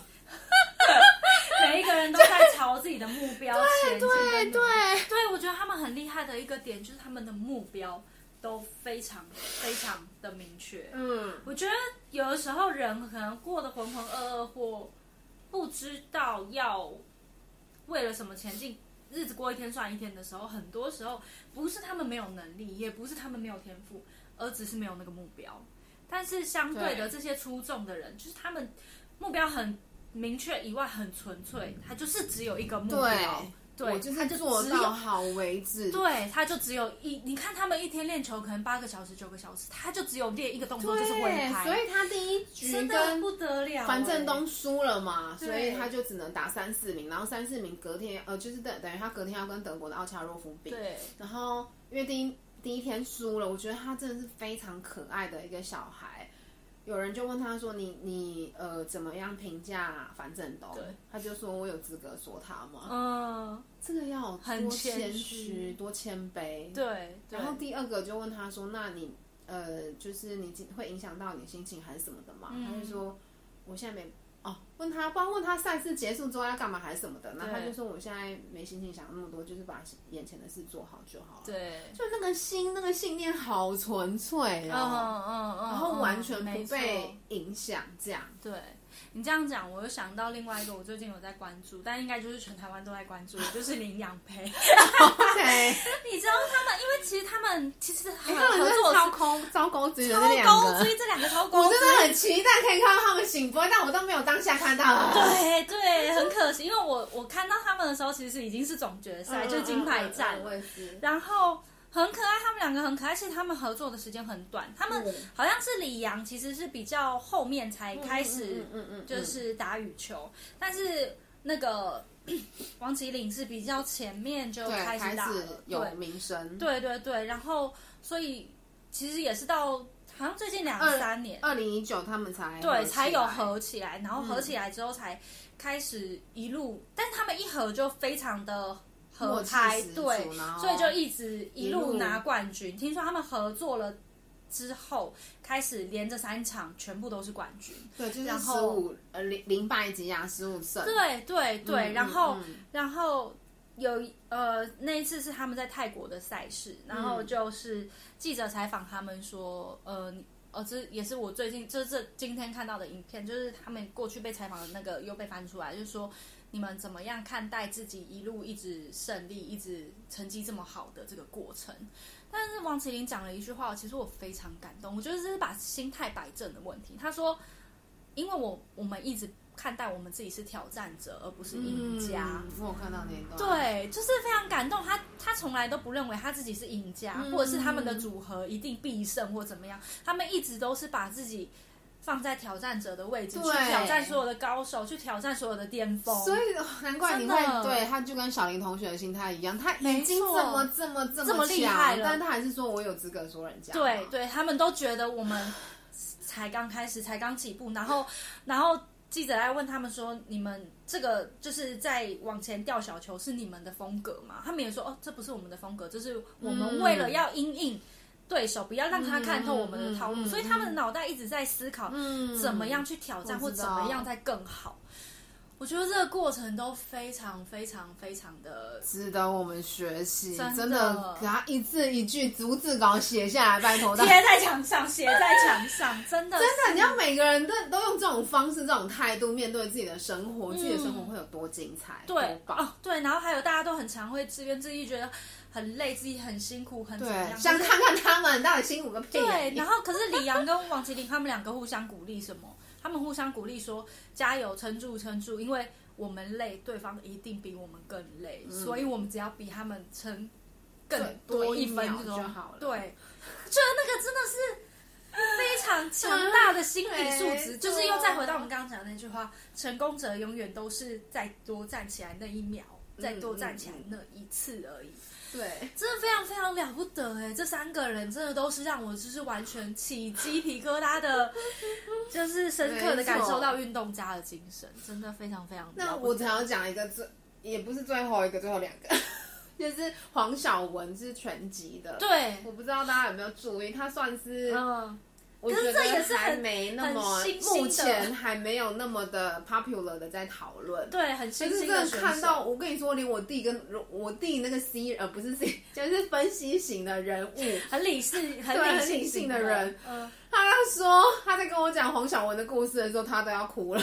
Speaker 2: 每一个人都在朝自己的目标前进。
Speaker 1: 对对，
Speaker 2: 对，我觉得他们很厉害的一个点就是他们的目标都非常非常的明确。
Speaker 1: 嗯，
Speaker 2: 我觉得有的时候人可能过得浑浑噩噩或不知道要为了什么前进，日子过一天算一天的时候，很多时候不是他们没有能力，也不是他们没有天赋，而只是没有那个目标。但是相对的，
Speaker 1: 对
Speaker 2: 这些出众的人，就是他们目标很明确以外，很纯粹，他就是只有一个目标，对，
Speaker 1: 我就
Speaker 2: 他
Speaker 1: 是
Speaker 2: 就
Speaker 1: 做
Speaker 2: 只有
Speaker 1: 到好为止。
Speaker 2: 对，他就只有一，你看他们一天练球可能八个小时、九个小时，他就只有练一个动作，就是挥
Speaker 1: 对，
Speaker 2: 拍，
Speaker 1: 所以他第一局
Speaker 2: 真的
Speaker 1: 跟
Speaker 2: 不得了、欸
Speaker 1: 樊振东，输了嘛，
Speaker 2: 对
Speaker 1: 所以他就只能打三四名，然后三四名隔天呃就是等等于他隔天要跟德国的奥恰洛夫比，
Speaker 2: 对，
Speaker 1: 然后因为第一第一天输了，我觉得他真的是非常可爱的一个小孩。有人就问他说你：“你呃怎么样评价樊振东
Speaker 2: 对？”
Speaker 1: 他就说：“我有资格说他吗？”
Speaker 2: 嗯，
Speaker 1: 这个要
Speaker 2: 很
Speaker 1: 多
Speaker 2: 谦
Speaker 1: 谦
Speaker 2: 虚
Speaker 1: 虚、多谦卑。
Speaker 2: 对，对
Speaker 1: 然后第二个就问他说：“那你呃，就是你今会影响到你心情还是什么的吗？”
Speaker 2: 嗯
Speaker 1: 他就说：“我现在没哦。”问他，不然问他赛事结束之后要干嘛还是什么的。那他
Speaker 2: 对
Speaker 1: 就说：“我现在没心情想那么多，就是把眼前的事做好就好了。”
Speaker 2: 对，
Speaker 1: 就那个心，那个信念好纯粹
Speaker 2: 嗯
Speaker 1: 哦，
Speaker 2: 嗯嗯，
Speaker 1: 然后完全
Speaker 2: 没
Speaker 1: 不
Speaker 2: 错
Speaker 1: 被影响，这样。
Speaker 2: 对你这样讲，我又想到另外一个，我最近有在关注，但应该就是全台湾都在关注，就是林养培。 <laughs>
Speaker 1: OK，
Speaker 2: 你知道他们，因为其实他们其实很
Speaker 1: 哎他们
Speaker 2: 合
Speaker 1: 是
Speaker 2: 作
Speaker 1: 超高糟糕之的那
Speaker 2: 超
Speaker 1: 两
Speaker 2: 高
Speaker 1: 个，
Speaker 2: 追，这两个超高
Speaker 1: 我
Speaker 2: 追，
Speaker 1: 真的很期待可以看到他们醒波，但我都没有当下看到了。
Speaker 2: 对对，很可惜，因为我我看到他们的时候，其实已经是总决赛，就是金牌战
Speaker 1: 嗯嗯嗯嗯
Speaker 2: 了
Speaker 1: 我也是。
Speaker 2: 然后很可爱，他们两个很可爱，其实他们合作的时间很短，他们
Speaker 1: 嗯
Speaker 2: 好像是李阳，其实是比较后面才开始
Speaker 1: 嗯嗯嗯嗯嗯
Speaker 2: 就是打羽球，但是那个 <clears throat> 王麒麟是比较前面就
Speaker 1: 对，
Speaker 2: 开
Speaker 1: 开
Speaker 2: 始打了
Speaker 1: 始，有
Speaker 2: 对
Speaker 1: 名声。，
Speaker 2: 对对对，然后所以其实也是到好像最近两
Speaker 1: 二
Speaker 2: 三年。
Speaker 1: 二零一九他们才
Speaker 2: 对，
Speaker 1: 起
Speaker 2: 才有
Speaker 1: 来
Speaker 2: 合起来，然后合起来之后才开始一路，但是他们一合就非常的合
Speaker 1: 默契
Speaker 2: 拍，
Speaker 1: 十足
Speaker 2: 对，
Speaker 1: 然后
Speaker 2: 所以就一直一
Speaker 1: 一路
Speaker 2: 路拿冠军。听说他们合作了之后，开始连着三场全部都是冠军。
Speaker 1: 对，就是
Speaker 2: 然
Speaker 1: 十
Speaker 2: 后
Speaker 1: 五呃零零败几亚十五胜。
Speaker 2: 对对对，
Speaker 1: 嗯
Speaker 2: 然后、
Speaker 1: 嗯嗯
Speaker 2: 然后有一呃那一次是他们在泰国的赛事，然后
Speaker 1: 嗯
Speaker 2: 就是记者采访他们说，呃，你哦，这也是我最近这这今天看到的影片，就是他们过去被采访的那个又被翻出来，就是说你们怎么样看待自己一路一直胜利、一直成绩这么好的这个过程？但是王麒麟讲了一句话，其实我非常感动，我觉得这是把心态摆正的问题。他说，因为我我们一直看待我们自己是挑战者，而不是赢家。
Speaker 1: 嗯我有看到那一段。
Speaker 2: 对，就是非常感动。他他从来都不认为他自己是赢家，
Speaker 1: 嗯
Speaker 2: 或者是他们的组合一定必胜或怎么样。他们一直都是把自己放在挑战者的位置，去
Speaker 1: 对
Speaker 2: 挑战所有的高手，去挑战所有的巅峰。
Speaker 1: 所以哦难怪你会
Speaker 2: 真的
Speaker 1: 对他就跟小林同学的心态一样，他
Speaker 2: 没
Speaker 1: 已经
Speaker 2: 错
Speaker 1: 这么这么这
Speaker 2: 这么厉害
Speaker 1: 强
Speaker 2: 了
Speaker 1: 但他还是说我有资格说人家嘛。
Speaker 2: 对对，他们都觉得我们才刚开始，才刚起步。然后，然后记者来问他们说：“你们这个就是在往前吊小球，是你们的风格吗？”他们也说：“哦，这不是我们的风格，这是我们
Speaker 1: 嗯
Speaker 2: 为了要因应对手，不要让他看透我们的套路。
Speaker 1: 嗯嗯嗯
Speaker 2: 所以他们的脑袋一直在思考
Speaker 1: 嗯，
Speaker 2: 怎么样去挑战，
Speaker 1: 我
Speaker 2: 或
Speaker 1: 知
Speaker 2: 怎
Speaker 1: 道
Speaker 2: 么样再更好。我觉得这个过程都非常非常非常的
Speaker 1: 值得我们学习，
Speaker 2: 真的
Speaker 1: 真的给他一字一句逐字稿写下来，拜托
Speaker 2: 贴
Speaker 1: 大
Speaker 2: 在墙上，写在墙上，真的真
Speaker 1: 真的，你要每个人都都用这种方式、这种态度面对自己的生活，自己的生活会有多精彩？
Speaker 2: 嗯对
Speaker 1: 多棒
Speaker 2: <laughs> 哦，对，然后还有大家都很常会自怨自艾，觉得很累，自己很辛苦，很怎么
Speaker 1: 对，
Speaker 2: 样。
Speaker 1: 想
Speaker 2: 可是
Speaker 1: 看看他们到底辛苦个屁！啊
Speaker 2: 对，然后可是李阳跟王麒麟他们两个互相鼓励什么？他们互相鼓励说加油，撑住，撑住，因为我们累，对方一定比我们更累，所以我们只要比他们撑更
Speaker 1: 对
Speaker 2: 多
Speaker 1: 多
Speaker 2: 一
Speaker 1: 一
Speaker 2: 分
Speaker 1: 秒
Speaker 2: 钟
Speaker 1: 就好了
Speaker 2: 对，我觉得那个真的是。非常强大的心理素质，
Speaker 1: 没错
Speaker 2: 就是又再回到我们刚刚讲的那句话：成功者永远都是再多站起来那一秒，再多站起来那一次而已。
Speaker 1: 对，
Speaker 2: 真的非常非常了不得哎！这三个人真的都是让我就是完全起鸡皮疙
Speaker 1: <laughs>
Speaker 2: 瘩的，就是深刻的感受到运动家的精神，真的非常非常
Speaker 1: 那
Speaker 2: 了
Speaker 1: 啊我
Speaker 2: 不
Speaker 1: 只
Speaker 2: 得。
Speaker 1: 要讲一个最，也不是最后一个，最后两个， <laughs> 就是黄晓雯是拳击的。，
Speaker 2: 对，
Speaker 1: 我不知道大家有没有注意，她算是，
Speaker 2: 嗯，
Speaker 1: 我
Speaker 2: 可
Speaker 1: 觉
Speaker 2: 是
Speaker 1: 得
Speaker 2: 这也是很
Speaker 1: 还没那么
Speaker 2: 很新，兴的
Speaker 1: 目前还没有那么的 popular 的在讨论。
Speaker 2: 对，很
Speaker 1: 就
Speaker 2: 清
Speaker 1: 是
Speaker 2: 新
Speaker 1: 真
Speaker 2: 的
Speaker 1: 的
Speaker 2: 选
Speaker 1: 看到，
Speaker 2: 手。
Speaker 1: 我跟你说，连我弟跟我弟那个 C 呃不是 C，就是 <laughs> 分析型的人物，
Speaker 2: 很理性，很
Speaker 1: 对
Speaker 2: 理
Speaker 1: 很理性
Speaker 2: 性
Speaker 1: 的人，
Speaker 2: 嗯，
Speaker 1: 他在说他在跟我讲黄晓雯的故事的时候，他都要哭了。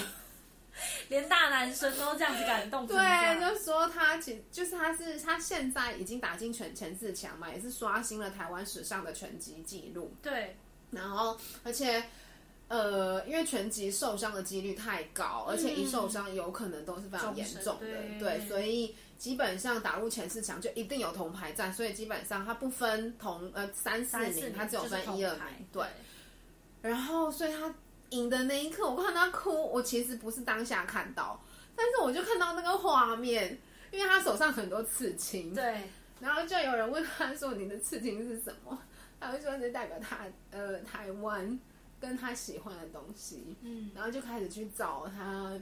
Speaker 2: 连大男生都这样子感动成这样，
Speaker 1: 对，哎就说他其就是他是他现在已经打进全前四强嘛，也是刷新了台湾史上的拳击纪录。
Speaker 2: 对
Speaker 1: 然后而且呃，因为拳击受伤的几率太高，而且一受伤有可能都是非常严重的，
Speaker 2: 终身对
Speaker 1: 对，所以。基本上打入前四强就一定有铜牌战，所以基本上他不分同呃三四
Speaker 2: 三四
Speaker 1: 名
Speaker 2: 名，
Speaker 1: 他只有
Speaker 2: 就是
Speaker 1: 分
Speaker 2: 铜
Speaker 1: 一二名
Speaker 2: 牌，
Speaker 1: 对。然后，所以他赢的那一刻，我看他哭，我其实不是当下看到，但是我就看到那个画面，因为他手上很多刺青，
Speaker 2: 对，
Speaker 1: 然后就有人问他说：“你的刺青是什么？” <laughs> 他就说：“这代表他呃台湾跟他喜欢的东西。”
Speaker 2: 嗯，
Speaker 1: 然后就开始去找他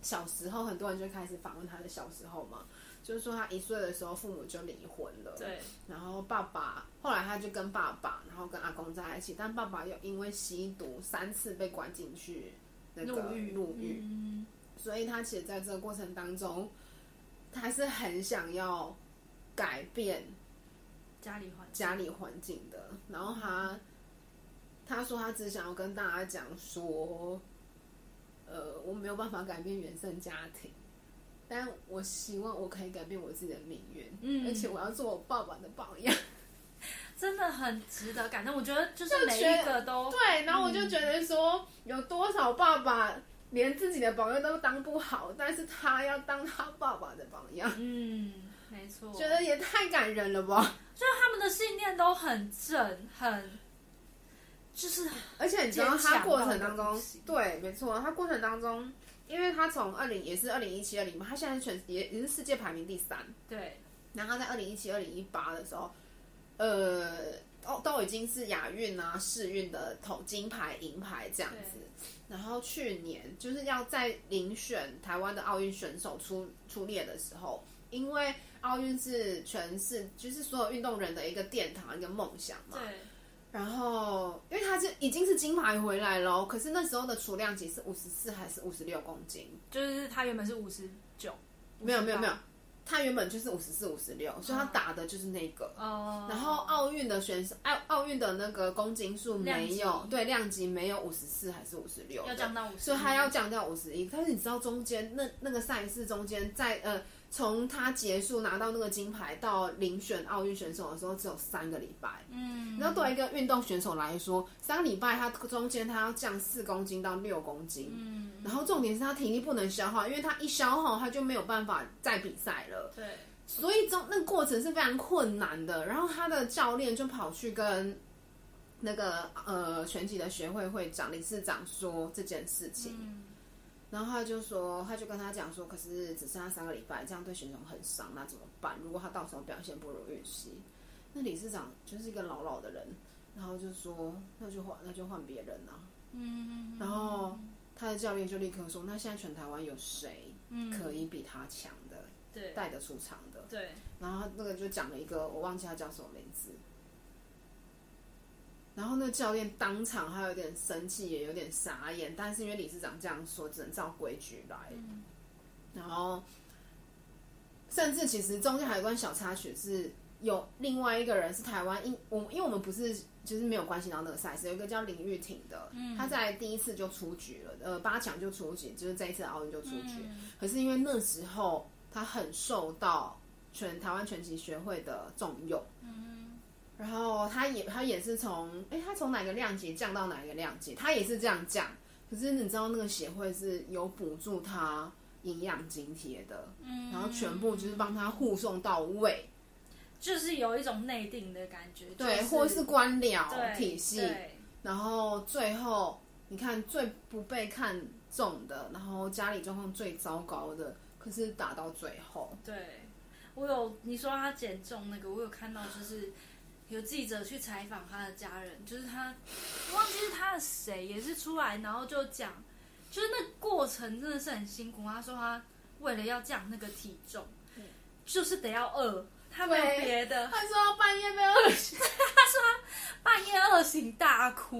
Speaker 1: 小时候，很多人就开始访问他的小时候嘛，就是说他一岁的时候父母就离婚了，
Speaker 2: 对，嗯
Speaker 1: 然后爸爸后来他就跟爸爸，然后跟阿公在一起，但爸爸又因为吸毒三次被关进去那个
Speaker 2: 入狱
Speaker 1: 入狱，
Speaker 2: 嗯
Speaker 1: 所以他其实在这个过程当中，他是很想要改变
Speaker 2: 家里环境
Speaker 1: 家里环境的。然后他他说他只想要跟大家讲说，呃，我没有办法改变原生家庭，但我希望我可以改变我自己的命运，
Speaker 2: 嗯
Speaker 1: 而且我要做我爸爸的榜样。
Speaker 2: 真的很值得感动。我觉得就是每
Speaker 1: 觉
Speaker 2: 一个都
Speaker 1: 对，然后我就觉得说，有多少爸爸连自己的榜样都当不好，但是他要当他爸爸的榜样，
Speaker 2: 嗯，没错，
Speaker 1: 觉得也太感人了吧。
Speaker 2: 就是他们的信念都很正，很就是
Speaker 1: 而且你知道
Speaker 2: 坚强
Speaker 1: 他
Speaker 2: 到
Speaker 1: 过程当
Speaker 2: 一个不
Speaker 1: 中
Speaker 2: 行，
Speaker 1: 对，没错，他过程当中，因为他从二零也是二零一七二零嘛，他现在全也也是世界排名第三，
Speaker 2: 对
Speaker 1: 然后他在二零一七二零一八的时候，呃，都都已经是亚运啊、世运的头金牌、银牌这样子。然后去年就是要在遴选台湾的奥运选手出出列的时候，因为奥运是全是就是所有运动人的一个殿堂、一个梦想嘛。
Speaker 2: 对
Speaker 1: 然后，哦因为他是已经是金牌回来了哦，可是那时候的储量级是五十四还是五十六公斤？
Speaker 2: 就是他原本是五十九，
Speaker 1: 没有没有没有，他原本就是五十四、五十六，所以他
Speaker 2: 嗯
Speaker 1: 打的就是那个。
Speaker 2: 哦，
Speaker 1: 然后奥运的选手，奥奥运的那个公斤数没
Speaker 2: 量
Speaker 1: 有
Speaker 2: 级
Speaker 1: 对量级没有五十四还是五十六，
Speaker 2: 要降到50
Speaker 1: 所以他要降到五十一。但是你知道中间那那个赛事中间在呃，从他结束拿到那个金牌到遴选奥运选手的时候，只有三个礼拜。
Speaker 2: 嗯，
Speaker 1: 那对一个运动选手来说，三个礼拜他中间他要降四公斤到六公斤，
Speaker 2: 嗯
Speaker 1: 然后重点是他体力不能消耗，因为他一消耗他就没有办法再比赛了，
Speaker 2: 对
Speaker 1: 所以中那个过程是非常困难的。然后他的教练就跑去跟那个呃拳击的学会会长、理事长说这件事情，
Speaker 2: 嗯
Speaker 1: 然后他就说，他就跟他讲说，可是只剩下三个礼拜，这样对选手很伤，那怎么办？如果他到时候表现不如预期，那理事长就是一个老老的人，然后就说，那就换，那就换别人啊。
Speaker 2: 嗯，
Speaker 1: 然后他的教练就立刻说，那现在全台湾有谁
Speaker 2: 嗯
Speaker 1: 可以比他强的，
Speaker 2: 对
Speaker 1: 带得出场的？
Speaker 2: 嗯对
Speaker 1: 然后那个就讲了一个，我忘记他叫什么名字。然后那教练当场他有点生气，也有点傻眼，但是因为理事长这样说，只能照规矩来。
Speaker 2: 嗯
Speaker 1: 然后，甚至其实中间还有一段小插曲是。有另外一个人是台湾，因我因为我们不是就是没有关系到那个赛事，有一个叫林玉婷的，
Speaker 2: 嗯
Speaker 1: 她在第一次就出局了，呃，八强就出局，就是这一次的奥运就出局。
Speaker 2: 嗯
Speaker 1: 可是因为那时候他很受到全台湾拳击学会的重用，
Speaker 2: 嗯
Speaker 1: 然后他也他也是从诶，他从哪个量级降到哪个量级，他也是这样降。可是你知道那个协会是有补助他营养津贴的，
Speaker 2: 嗯
Speaker 1: 然后全部就是帮他护送到位，
Speaker 2: 就是有一种内定的感觉，
Speaker 1: 对，
Speaker 2: 就是
Speaker 1: 或是官僚
Speaker 2: 对
Speaker 1: 体系，
Speaker 2: 对
Speaker 1: 然后最后你看最不被看重的，然后家里状况最糟糕的，可是打到最后，
Speaker 2: 对，我有你说他减重那个，我有看到，就是有记者去采访他的家人，就是他我忘记是他的谁，也是出来，然后就讲，就是那过程真的是很辛苦。他说他为了要降那个体重，就是得要饿，他没有
Speaker 1: 对
Speaker 2: 别的，
Speaker 1: 他说半夜被饿醒，
Speaker 2: 半夜饿醒大哭。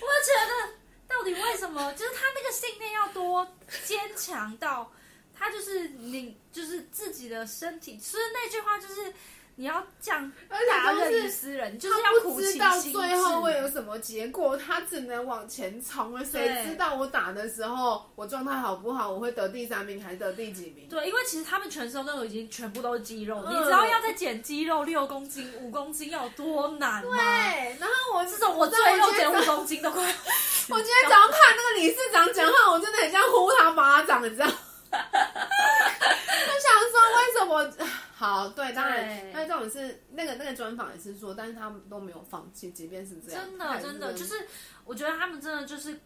Speaker 2: 我觉得到底为什么，就是他那个信念要多坚强到，他就是你就是自己的身体，就是那句话就是。你要这样
Speaker 1: 而且
Speaker 2: 大
Speaker 1: 他
Speaker 2: 任于
Speaker 1: 是
Speaker 2: 斯人，你就是
Speaker 1: 他
Speaker 2: 要
Speaker 1: 不
Speaker 2: 苦
Speaker 1: 知
Speaker 2: 其
Speaker 1: 道
Speaker 2: 心
Speaker 1: 最后会有
Speaker 2: 志。
Speaker 1: 什么结果，他只能往前冲了。谁
Speaker 2: 对
Speaker 1: 知道我打的时候我状态好不好？我会得第三名还是得第几名？
Speaker 2: 对，因为其实他们全身都已经全部都是肌肉，
Speaker 1: 嗯
Speaker 2: 你知道要再减肌肉六公斤、五公斤要有多难吗？
Speaker 1: 对，然后我
Speaker 2: 这
Speaker 1: 这
Speaker 2: 种我赘肉减五
Speaker 1: 我
Speaker 2: 公斤都快，
Speaker 1: 我今天早上看那个理事长讲话，我真的很像呼他巴掌，你知道？我想说为什么？好，对，当然
Speaker 2: 对，
Speaker 1: 那这种是那个那个专访也是说，但是他们都没有放弃，即便是这样，
Speaker 2: 真
Speaker 1: 他
Speaker 2: 的
Speaker 1: 还
Speaker 2: 真的就是，我觉得他们真的就是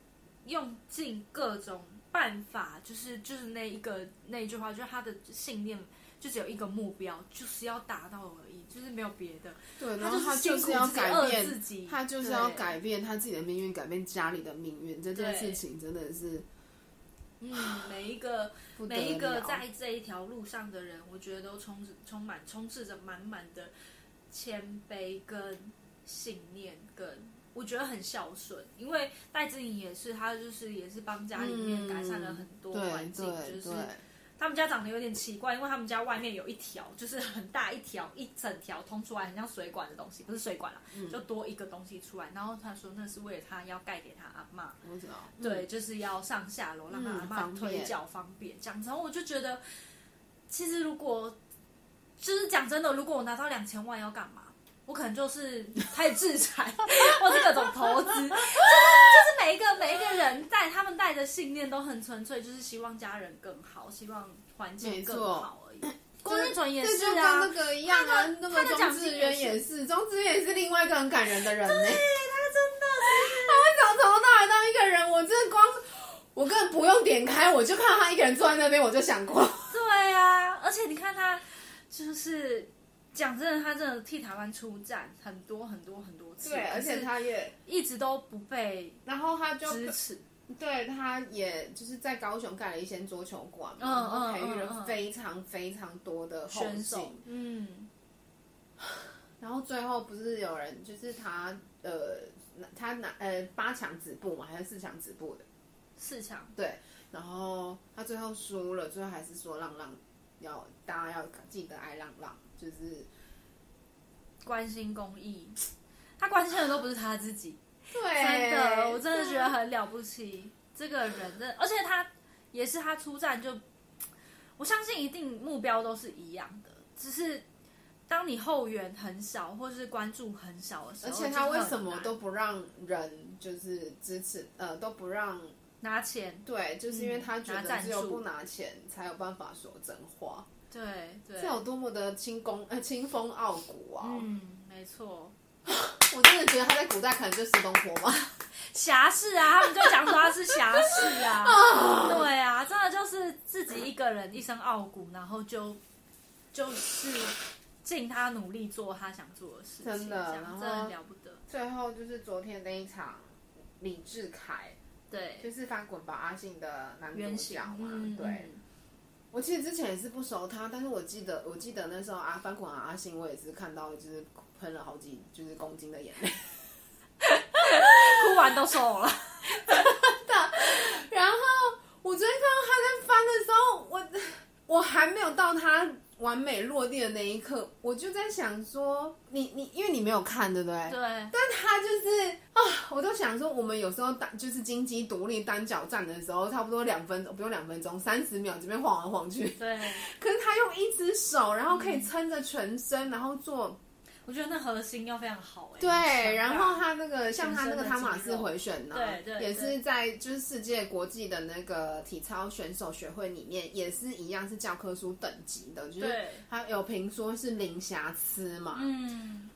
Speaker 2: 用尽各种办法，就是就是那一个那一句话，就是他的信念就只有一个目标，就是要达到而已，就是没有别的。
Speaker 1: 对，
Speaker 2: 他
Speaker 1: 然后
Speaker 2: 就是
Speaker 1: 他
Speaker 2: 辛
Speaker 1: 就
Speaker 2: 苦
Speaker 1: 是要
Speaker 2: 自己
Speaker 1: 改
Speaker 2: 饿
Speaker 1: 变
Speaker 2: 自己，
Speaker 1: 他就是要
Speaker 2: 对。
Speaker 1: 改变他自己的命运，改变家里的命运，这件事情真的是
Speaker 2: 嗯，每一个
Speaker 1: 不得了
Speaker 2: 每一个在这一条路上的人，我觉得都充充满充斥着满满的谦卑跟信念，跟我觉得很孝顺。因为戴志颖也是，他就是也是帮家里面改善了很多环
Speaker 1: 嗯对
Speaker 2: 境，
Speaker 1: 对
Speaker 2: 就是
Speaker 1: 对，
Speaker 2: 他们家长得有点奇怪，因为他们家外面有一条，就是很大一条，一整条通出来，很像水管的东西，不是水管啦，
Speaker 1: 嗯
Speaker 2: 就多一个东西出来。然后他说那是为了他要盖给他阿妈，
Speaker 1: 我知道，
Speaker 2: 对，就是要上下楼，让他
Speaker 1: 嗯
Speaker 2: 阿
Speaker 1: 方
Speaker 2: 妈
Speaker 1: 便
Speaker 2: 腿脚方便这样子。然后我就觉得，其实如果就是讲真的，如果我拿到两千万要干嘛？我可能就是开始制裁， <laughs> 或是各种投资，就是就是每一个每一个人带他们带的信念都很纯粹，就是希望家人更好，希望环境更好而已。郭敬淳也
Speaker 1: 这
Speaker 2: 是
Speaker 1: 就跟
Speaker 2: 啊，
Speaker 1: 那个一样啊
Speaker 2: 他的，
Speaker 1: 那
Speaker 2: 他
Speaker 1: 个
Speaker 2: 的
Speaker 1: 钟
Speaker 2: 奖金
Speaker 1: 志渊
Speaker 2: 也
Speaker 1: 也
Speaker 2: 是
Speaker 1: 是，钟志渊也是另外一个很感人的人呢、 <laughs> 他为什么从头到尾当一个人？我真的光。我根本不用点开，我就看到他一个人坐在那边，我就想过，
Speaker 2: 对啊，而且你看他，就是讲真的，他真的替台湾出战很多很多很多次，
Speaker 1: 对，而且
Speaker 2: 可是
Speaker 1: 他也，
Speaker 2: 一直都不被
Speaker 1: 然后他就
Speaker 2: 支持。
Speaker 1: 对，他也就是在高雄盖了一间桌球馆嘛，
Speaker 2: 嗯
Speaker 1: 然后
Speaker 2: 嗯
Speaker 1: 培育
Speaker 2: 嗯
Speaker 1: 了
Speaker 2: 嗯
Speaker 1: 非常非常多的后
Speaker 2: 选手
Speaker 1: 进，，
Speaker 2: 嗯，
Speaker 1: 然后最后不是有人就是他呃拿他拿呃八强止步嘛，还是四强止步的，
Speaker 2: 四强，
Speaker 1: 然后他最后输了，最后还是说浪浪要大家要记得爱浪浪，就是
Speaker 2: 关心公益，他关心的都不是他自己，真
Speaker 1: 对
Speaker 2: 的，我真的觉得很了不起，这个人真的，而且他也是他出战就，我相信一定目标都是一样的，只是当你后援很少或是关注很少的时
Speaker 1: 而
Speaker 2: 候，
Speaker 1: 且他为什么都不让人就是支持呃都不让
Speaker 2: 拿钱？
Speaker 1: 对，就是因为他觉
Speaker 2: 拿
Speaker 1: 得
Speaker 2: 赞
Speaker 1: 只有
Speaker 2: 助
Speaker 1: 不嗯拿钱才有办法说真话。
Speaker 2: 对对
Speaker 1: 这，有多么的清宫呃清风傲骨啊！
Speaker 2: 嗯，没错。
Speaker 1: 我真的觉得他在古代可能就是东坡嘛。
Speaker 2: 侠士啊，他们就讲说他是侠
Speaker 1: <laughs>
Speaker 2: 士啊，对啊，真的就是自己一个人一身傲骨，然后就就是尽他努力做他想做的事情，
Speaker 1: 真的
Speaker 2: 这
Speaker 1: 然
Speaker 2: 样
Speaker 1: 后
Speaker 2: 真的了不得。
Speaker 1: <laughs> 最后就是昨天那一场，李志凯
Speaker 2: 对，
Speaker 1: 就是翻滚吧阿信的男主
Speaker 2: 原
Speaker 1: 角
Speaker 2: 型
Speaker 1: 嘛。
Speaker 2: 嗯
Speaker 1: 对，我其实之前也是不熟他，但是我记得我记得那时候啊翻滚吧阿信，我也是看到就是喷了好几就是公斤的眼泪。
Speaker 2: 哭完都瘦了，
Speaker 1: 然后我昨天看到他在翻的时候，我我还没有到他完美落地的那一刻，我就在想说，你你因为你没有看对不对？
Speaker 2: 对，
Speaker 1: <laughs> 但他就是啊，我都想说，我们有时候单就是金鸡独立单脚站的时候，差不多两分钟，不用两分钟，三十秒这边晃来晃去。
Speaker 2: 对，嗯
Speaker 1: 可是 <laughs> 他用一只手，然后可以撑着全身，然后做
Speaker 2: 我觉得那核心要非常好哎、
Speaker 1: 对，
Speaker 2: 很强大
Speaker 1: 然后他那个像他那个
Speaker 2: 全身的
Speaker 1: 汤马
Speaker 2: 肌
Speaker 1: 斯
Speaker 2: 肉
Speaker 1: 回旋呢、
Speaker 2: 对对对
Speaker 1: 也是在就是世界国际的那个体操选手学会里面，也是一样是教科书等级的，就是
Speaker 2: 对，
Speaker 1: 他有评说是零瑕疵嘛，
Speaker 2: 嗯，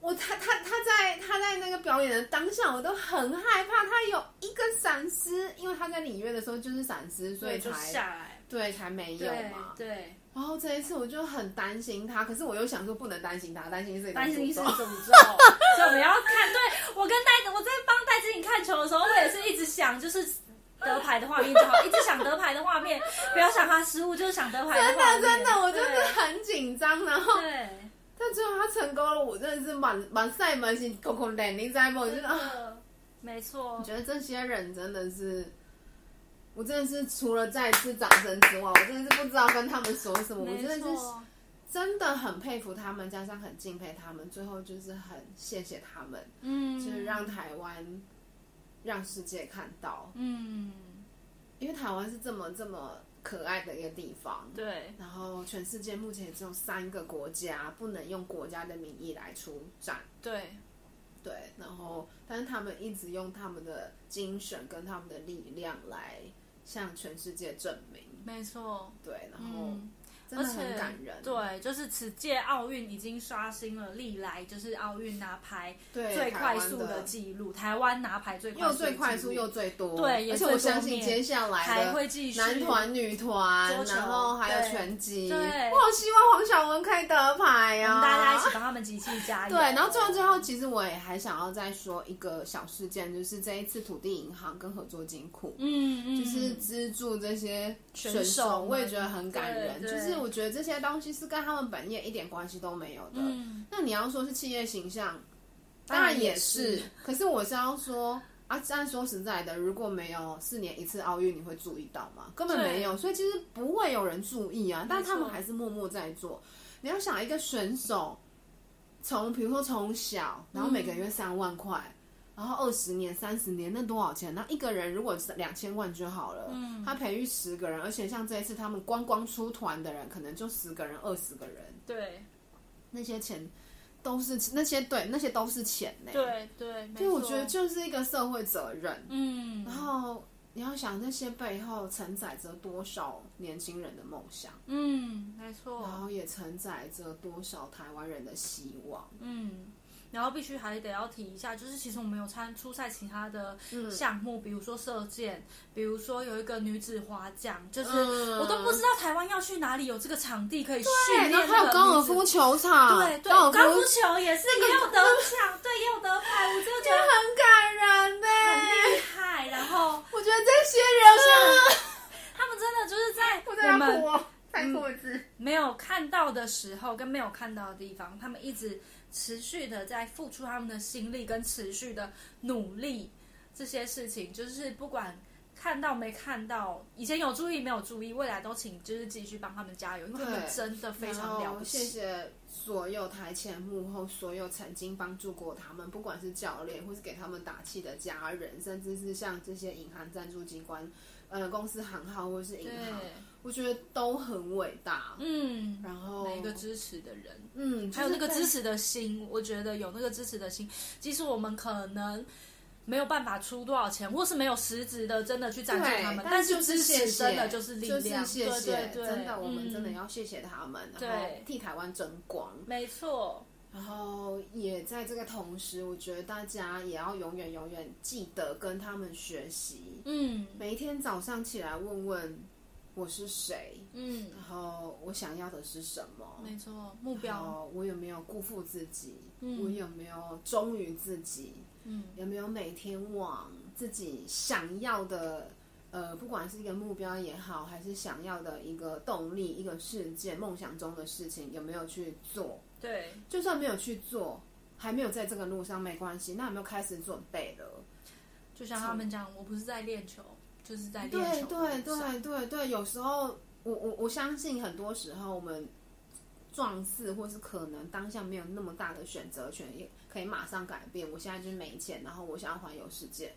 Speaker 1: 我他他他在他在那个表演的当下，我都很害怕。他有一个闪失，因为他在里约的时候就是闪失，所以
Speaker 2: 就
Speaker 1: 才
Speaker 2: 下来，
Speaker 1: 对才没有
Speaker 2: 对
Speaker 1: 嘛。
Speaker 2: 对，
Speaker 1: 然后这一次我就很担心他，可是我又想说不能担心他，担心是一个
Speaker 2: 担心是
Speaker 1: 诅咒
Speaker 2: 诅咒， <laughs> 所以我们要看。对我跟戴，我在帮戴志颖看球的时候，我也是一直想，就是得牌的画面就好，一直想得牌的画面，不要想他失误，就是想得牌
Speaker 1: 真
Speaker 2: 的画面。
Speaker 1: 的真的，我真的很紧张。然后，
Speaker 2: 对，
Speaker 1: 但最后他成功了，我真的是满满塞满心空空的，你知道吗？我
Speaker 2: 对
Speaker 1: 觉
Speaker 2: 真
Speaker 1: 得啊，
Speaker 2: 的，没错
Speaker 1: 我，觉得这些人真的是，我真的是除了再次掌声之外，我真的是不知道跟他们说什么。我
Speaker 2: 没
Speaker 1: 真的是
Speaker 2: 错，
Speaker 1: 真的很佩服他们，加上很敬佩他们，最后就是很谢谢他们，
Speaker 2: 嗯，
Speaker 1: 就是让台湾让世界看到，
Speaker 2: 嗯，
Speaker 1: 因为台湾是这么这么可爱的一个地方。
Speaker 2: 对，
Speaker 1: 然后，全世界目前只有三个国家不能用国家的名义来出战，
Speaker 2: 对，
Speaker 1: 对。然后，但是他们一直用他们的精神跟他们的力量来向全世界证明，
Speaker 2: 没错，
Speaker 1: 对。然后，
Speaker 2: 嗯，
Speaker 1: 真的很感人，
Speaker 2: 对，就是此届奥运已经刷新了历来就是奥运拿牌
Speaker 1: 对，
Speaker 2: 最快速
Speaker 1: 台湾
Speaker 2: 的
Speaker 1: 的
Speaker 2: 记录，台湾拿牌最快
Speaker 1: 又
Speaker 2: 速的
Speaker 1: 最快
Speaker 2: 记
Speaker 1: 速
Speaker 2: 录
Speaker 1: 又最多，
Speaker 2: 对也
Speaker 1: 而且我
Speaker 2: 最多
Speaker 1: 相信
Speaker 2: 面
Speaker 1: 接下来
Speaker 2: 还
Speaker 1: 的
Speaker 2: 会继续
Speaker 1: 男团、女团
Speaker 2: 桌，球
Speaker 1: 然后还有
Speaker 2: 对
Speaker 1: 拳击，
Speaker 2: 对
Speaker 1: 我好希望黄晓雯可以得牌
Speaker 2: 我
Speaker 1: 啊！
Speaker 2: 们大家一起帮他们集气加油。
Speaker 1: 对，然后最后最后，其实我也还想要再说一个小事件，就是这一次土地银行跟合作金库，
Speaker 2: 嗯，嗯，
Speaker 1: 就是资助这些选
Speaker 2: 选手们
Speaker 1: 我也觉得很感人。
Speaker 2: 对
Speaker 1: 就
Speaker 2: 对
Speaker 1: 是我觉得这些东西是跟他们本业一点关系都没有的。
Speaker 2: 嗯，
Speaker 1: 那你要说是企业形象，当
Speaker 2: 当然
Speaker 1: 然也
Speaker 2: 也
Speaker 1: 是
Speaker 2: 是。
Speaker 1: 可是我是要说啊，但说实在的，如果没有四年一次奥运，你会注意到吗？根本没有，所以其实不会有人注意啊。但他们还是默默在做。你要想一个选手，从比如说从小，然后每个月三万块。然后二十年、三十年，那多少钱？那一个人如果是两千万就好了。嗯，他培育十个人，而且像这一次他们光光出团的人，可能就十个人、二十个人。
Speaker 2: 对
Speaker 1: 那些钱都是那些对那些都是钱呢、
Speaker 2: 对对，没
Speaker 1: 所以我觉
Speaker 2: 错
Speaker 1: 得就是一个社会责任。
Speaker 2: 嗯，
Speaker 1: 然后你要想这些背后承载着多少年轻人的梦想，
Speaker 2: 嗯，没
Speaker 1: 然
Speaker 2: 错，
Speaker 1: 后也承载着多少台湾人的希望。
Speaker 2: 嗯。然后必须还得要提一下，就是其实我们有参出赛其他的
Speaker 1: 嗯
Speaker 2: 项目，比如说射箭，比如说有一个女子滑桨，就是
Speaker 1: 嗯
Speaker 2: 我都不知道台湾要去哪里有这个场地可以训
Speaker 1: 对，
Speaker 2: 练
Speaker 1: 然后哎还有
Speaker 2: 那个
Speaker 1: 高尔
Speaker 2: 女子
Speaker 1: 夫球场，
Speaker 2: 对对，
Speaker 1: 高
Speaker 2: 高
Speaker 1: 尔夫
Speaker 2: 尔夫球也是也有得奖，对，也有得牌，我真的觉得
Speaker 1: 很感人呢、
Speaker 2: 很厉害。然后
Speaker 1: 我觉得这些人
Speaker 2: 他们真的就是在
Speaker 1: 啊，
Speaker 2: <laughs> 我们
Speaker 1: 我太过
Speaker 2: 嗯
Speaker 1: 之。
Speaker 2: 没有看到的时候跟没有看到的地方，他们一直持续的在付出他们的心力跟持续的努力，这些事情就是不管。看到没看到，以前有注意没有注意，未来都请就是继续帮他们加油，因为他们
Speaker 1: 对
Speaker 2: 真的非常了
Speaker 1: 然后
Speaker 2: 不
Speaker 1: 谢
Speaker 2: 起。
Speaker 1: 谢所有台前幕后所有曾经帮助过他们，不管是教练或是给他们打气的家人，甚至是像这些银行赞助机关、呃公司行号或是银
Speaker 2: 对，
Speaker 1: 行，我觉得都很伟大。
Speaker 2: 嗯，
Speaker 1: 然后
Speaker 2: 每一个支持的人，
Speaker 1: 嗯，
Speaker 2: 还有那个支
Speaker 1: 持，
Speaker 2: 持的心，我觉得有那个支持的心，即使我们可能没有办法出多少钱，或是没有实质的真的去赞助
Speaker 1: 对
Speaker 2: 他们，，
Speaker 1: 但
Speaker 2: 是
Speaker 1: 就是
Speaker 2: 支
Speaker 1: 谢
Speaker 2: 持
Speaker 1: 谢，
Speaker 2: 真的就是力量，
Speaker 1: 就是谢谢，
Speaker 2: 对对对，
Speaker 1: 真的，我们真的
Speaker 2: 嗯
Speaker 1: 要谢谢他们，
Speaker 2: 对
Speaker 1: 然后替台湾争光。
Speaker 2: 没错，
Speaker 1: 然后也在这个同时，我觉得大家也要永远永远记得跟他们学习，
Speaker 2: 嗯
Speaker 1: 每一天早上起来问问我是谁，
Speaker 2: 嗯，
Speaker 1: 然后我想要的是什么，
Speaker 2: 没错，目
Speaker 1: 然
Speaker 2: 标，
Speaker 1: 后我有没有辜负自己，
Speaker 2: 嗯
Speaker 1: 我有没有忠于自己，
Speaker 2: 嗯，
Speaker 1: 有没有每天往自己想要的。呃，不管是一个目标也好，还是想要的一个动力、一个事件、梦想中的事情，有没有去做？
Speaker 2: 对，
Speaker 1: 就算没有去做，还没有在这个路上没关系，那有没有开始准备了？
Speaker 2: 就像他们讲，我不是在练球，就是在练
Speaker 1: 对
Speaker 2: 球，
Speaker 1: 对，对对对，有时候我我我相信很多时候我们壮士或是可能当下没有那么大的选择权，也可以马上改变。我现在就是没钱，然后我想要环游世界，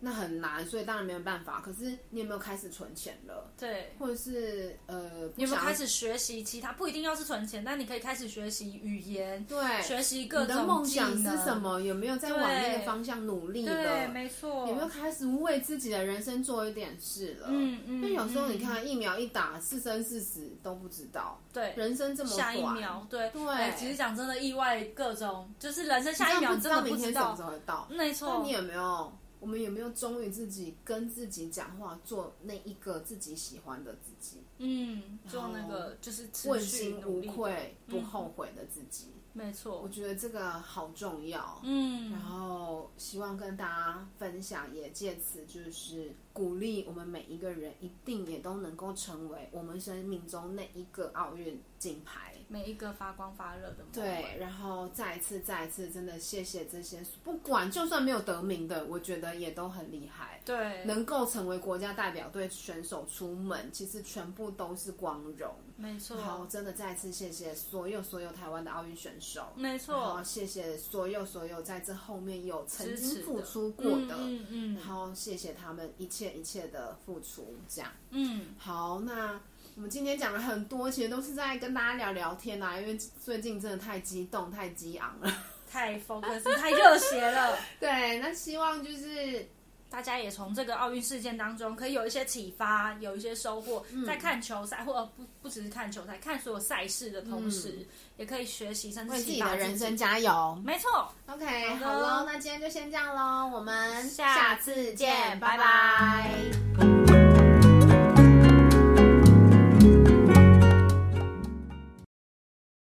Speaker 1: 那很难，所以当然没有办法。可是你有没有开始存钱了？
Speaker 2: 对。
Speaker 1: 或者是呃，
Speaker 2: 你有没有
Speaker 1: 不想要
Speaker 2: 开始学习其他？不一定要是存钱，但你可以开始学习语言，
Speaker 1: 对
Speaker 2: 学习各
Speaker 1: 你
Speaker 2: 种
Speaker 1: 的梦想
Speaker 2: 技
Speaker 1: 是
Speaker 2: 能
Speaker 1: 什？么？有没有在往那个
Speaker 2: 对
Speaker 1: 方向努力
Speaker 2: 对，
Speaker 1: 了？
Speaker 2: 没错。
Speaker 1: 有没有开始为自己的人生做一点事了？
Speaker 2: 嗯嗯
Speaker 1: 因为有时候你
Speaker 2: 嗯
Speaker 1: 看一秒一打，是生是死都不知道。
Speaker 2: 对
Speaker 1: 人生这么短，
Speaker 2: 下一秒，对
Speaker 1: 对
Speaker 2: 哎其实讲真的，意外各种，就是人生下一秒
Speaker 1: 你
Speaker 2: 真
Speaker 1: 真的
Speaker 2: 的
Speaker 1: 不
Speaker 2: 不
Speaker 1: 知
Speaker 2: 知
Speaker 1: 道明天什么
Speaker 2: 道
Speaker 1: 时，候会到。
Speaker 2: 没
Speaker 1: 那
Speaker 2: 错
Speaker 1: 你，有没有？我们有没有忠于自己，跟自己讲话，做那一个自己喜欢的自己，
Speaker 2: 嗯，做
Speaker 1: 然后
Speaker 2: 那个就是持
Speaker 1: 问
Speaker 2: 续
Speaker 1: 心
Speaker 2: 努
Speaker 1: 无
Speaker 2: 力，嗯
Speaker 1: 愧、不后悔的自己？
Speaker 2: 没
Speaker 1: 我
Speaker 2: 错，
Speaker 1: 觉得这个好重要。然
Speaker 2: 嗯，
Speaker 1: 后希望跟大家分享，也借此就是鼓励我们每一个人，一定也都能够成为我们生命中那一个奥运金牌。
Speaker 2: 每一个发光发热的梦。
Speaker 1: 对，，然后再一次，再一次，真的谢谢这些，不管就算没有得名的，我觉得也都很厉害。
Speaker 2: 对，
Speaker 1: 能够成为国家代表队选手出门，其实全部都是光荣。
Speaker 2: 没错，
Speaker 1: 好，真的再次谢谢所有所有台湾的奥运选手，
Speaker 2: 没
Speaker 1: 然后
Speaker 2: 错，
Speaker 1: 谢谢所有所有在这后面有曾
Speaker 2: 支持
Speaker 1: 经
Speaker 2: 的
Speaker 1: 付出过的，
Speaker 2: 嗯嗯
Speaker 1: 然后谢谢他们一切一切的付出，这样。
Speaker 2: 嗯，
Speaker 1: 好，那我们今天讲了很多，其实都是在跟大家聊聊天啊啦，因为最近真的太激动、太激昂了。 <laughs>
Speaker 2: 太 focus，太热血了。
Speaker 1: 对，那希望就是
Speaker 2: 大家也从这个奥运事件当中可以有一些启发，有一些收获。
Speaker 1: 嗯
Speaker 2: 在看球赛，或者呃不不只是看球赛，看所有赛事的同时，也可以学习甚
Speaker 1: 嗯
Speaker 2: 至
Speaker 1: 为自己
Speaker 2: 启发
Speaker 1: 的人生。加油。
Speaker 2: 没错，
Speaker 1: OK，
Speaker 2: 好的
Speaker 1: 好喽，那今天就先这样喽，我们
Speaker 2: 下
Speaker 1: 下次见，
Speaker 2: 见拜
Speaker 1: 拜拜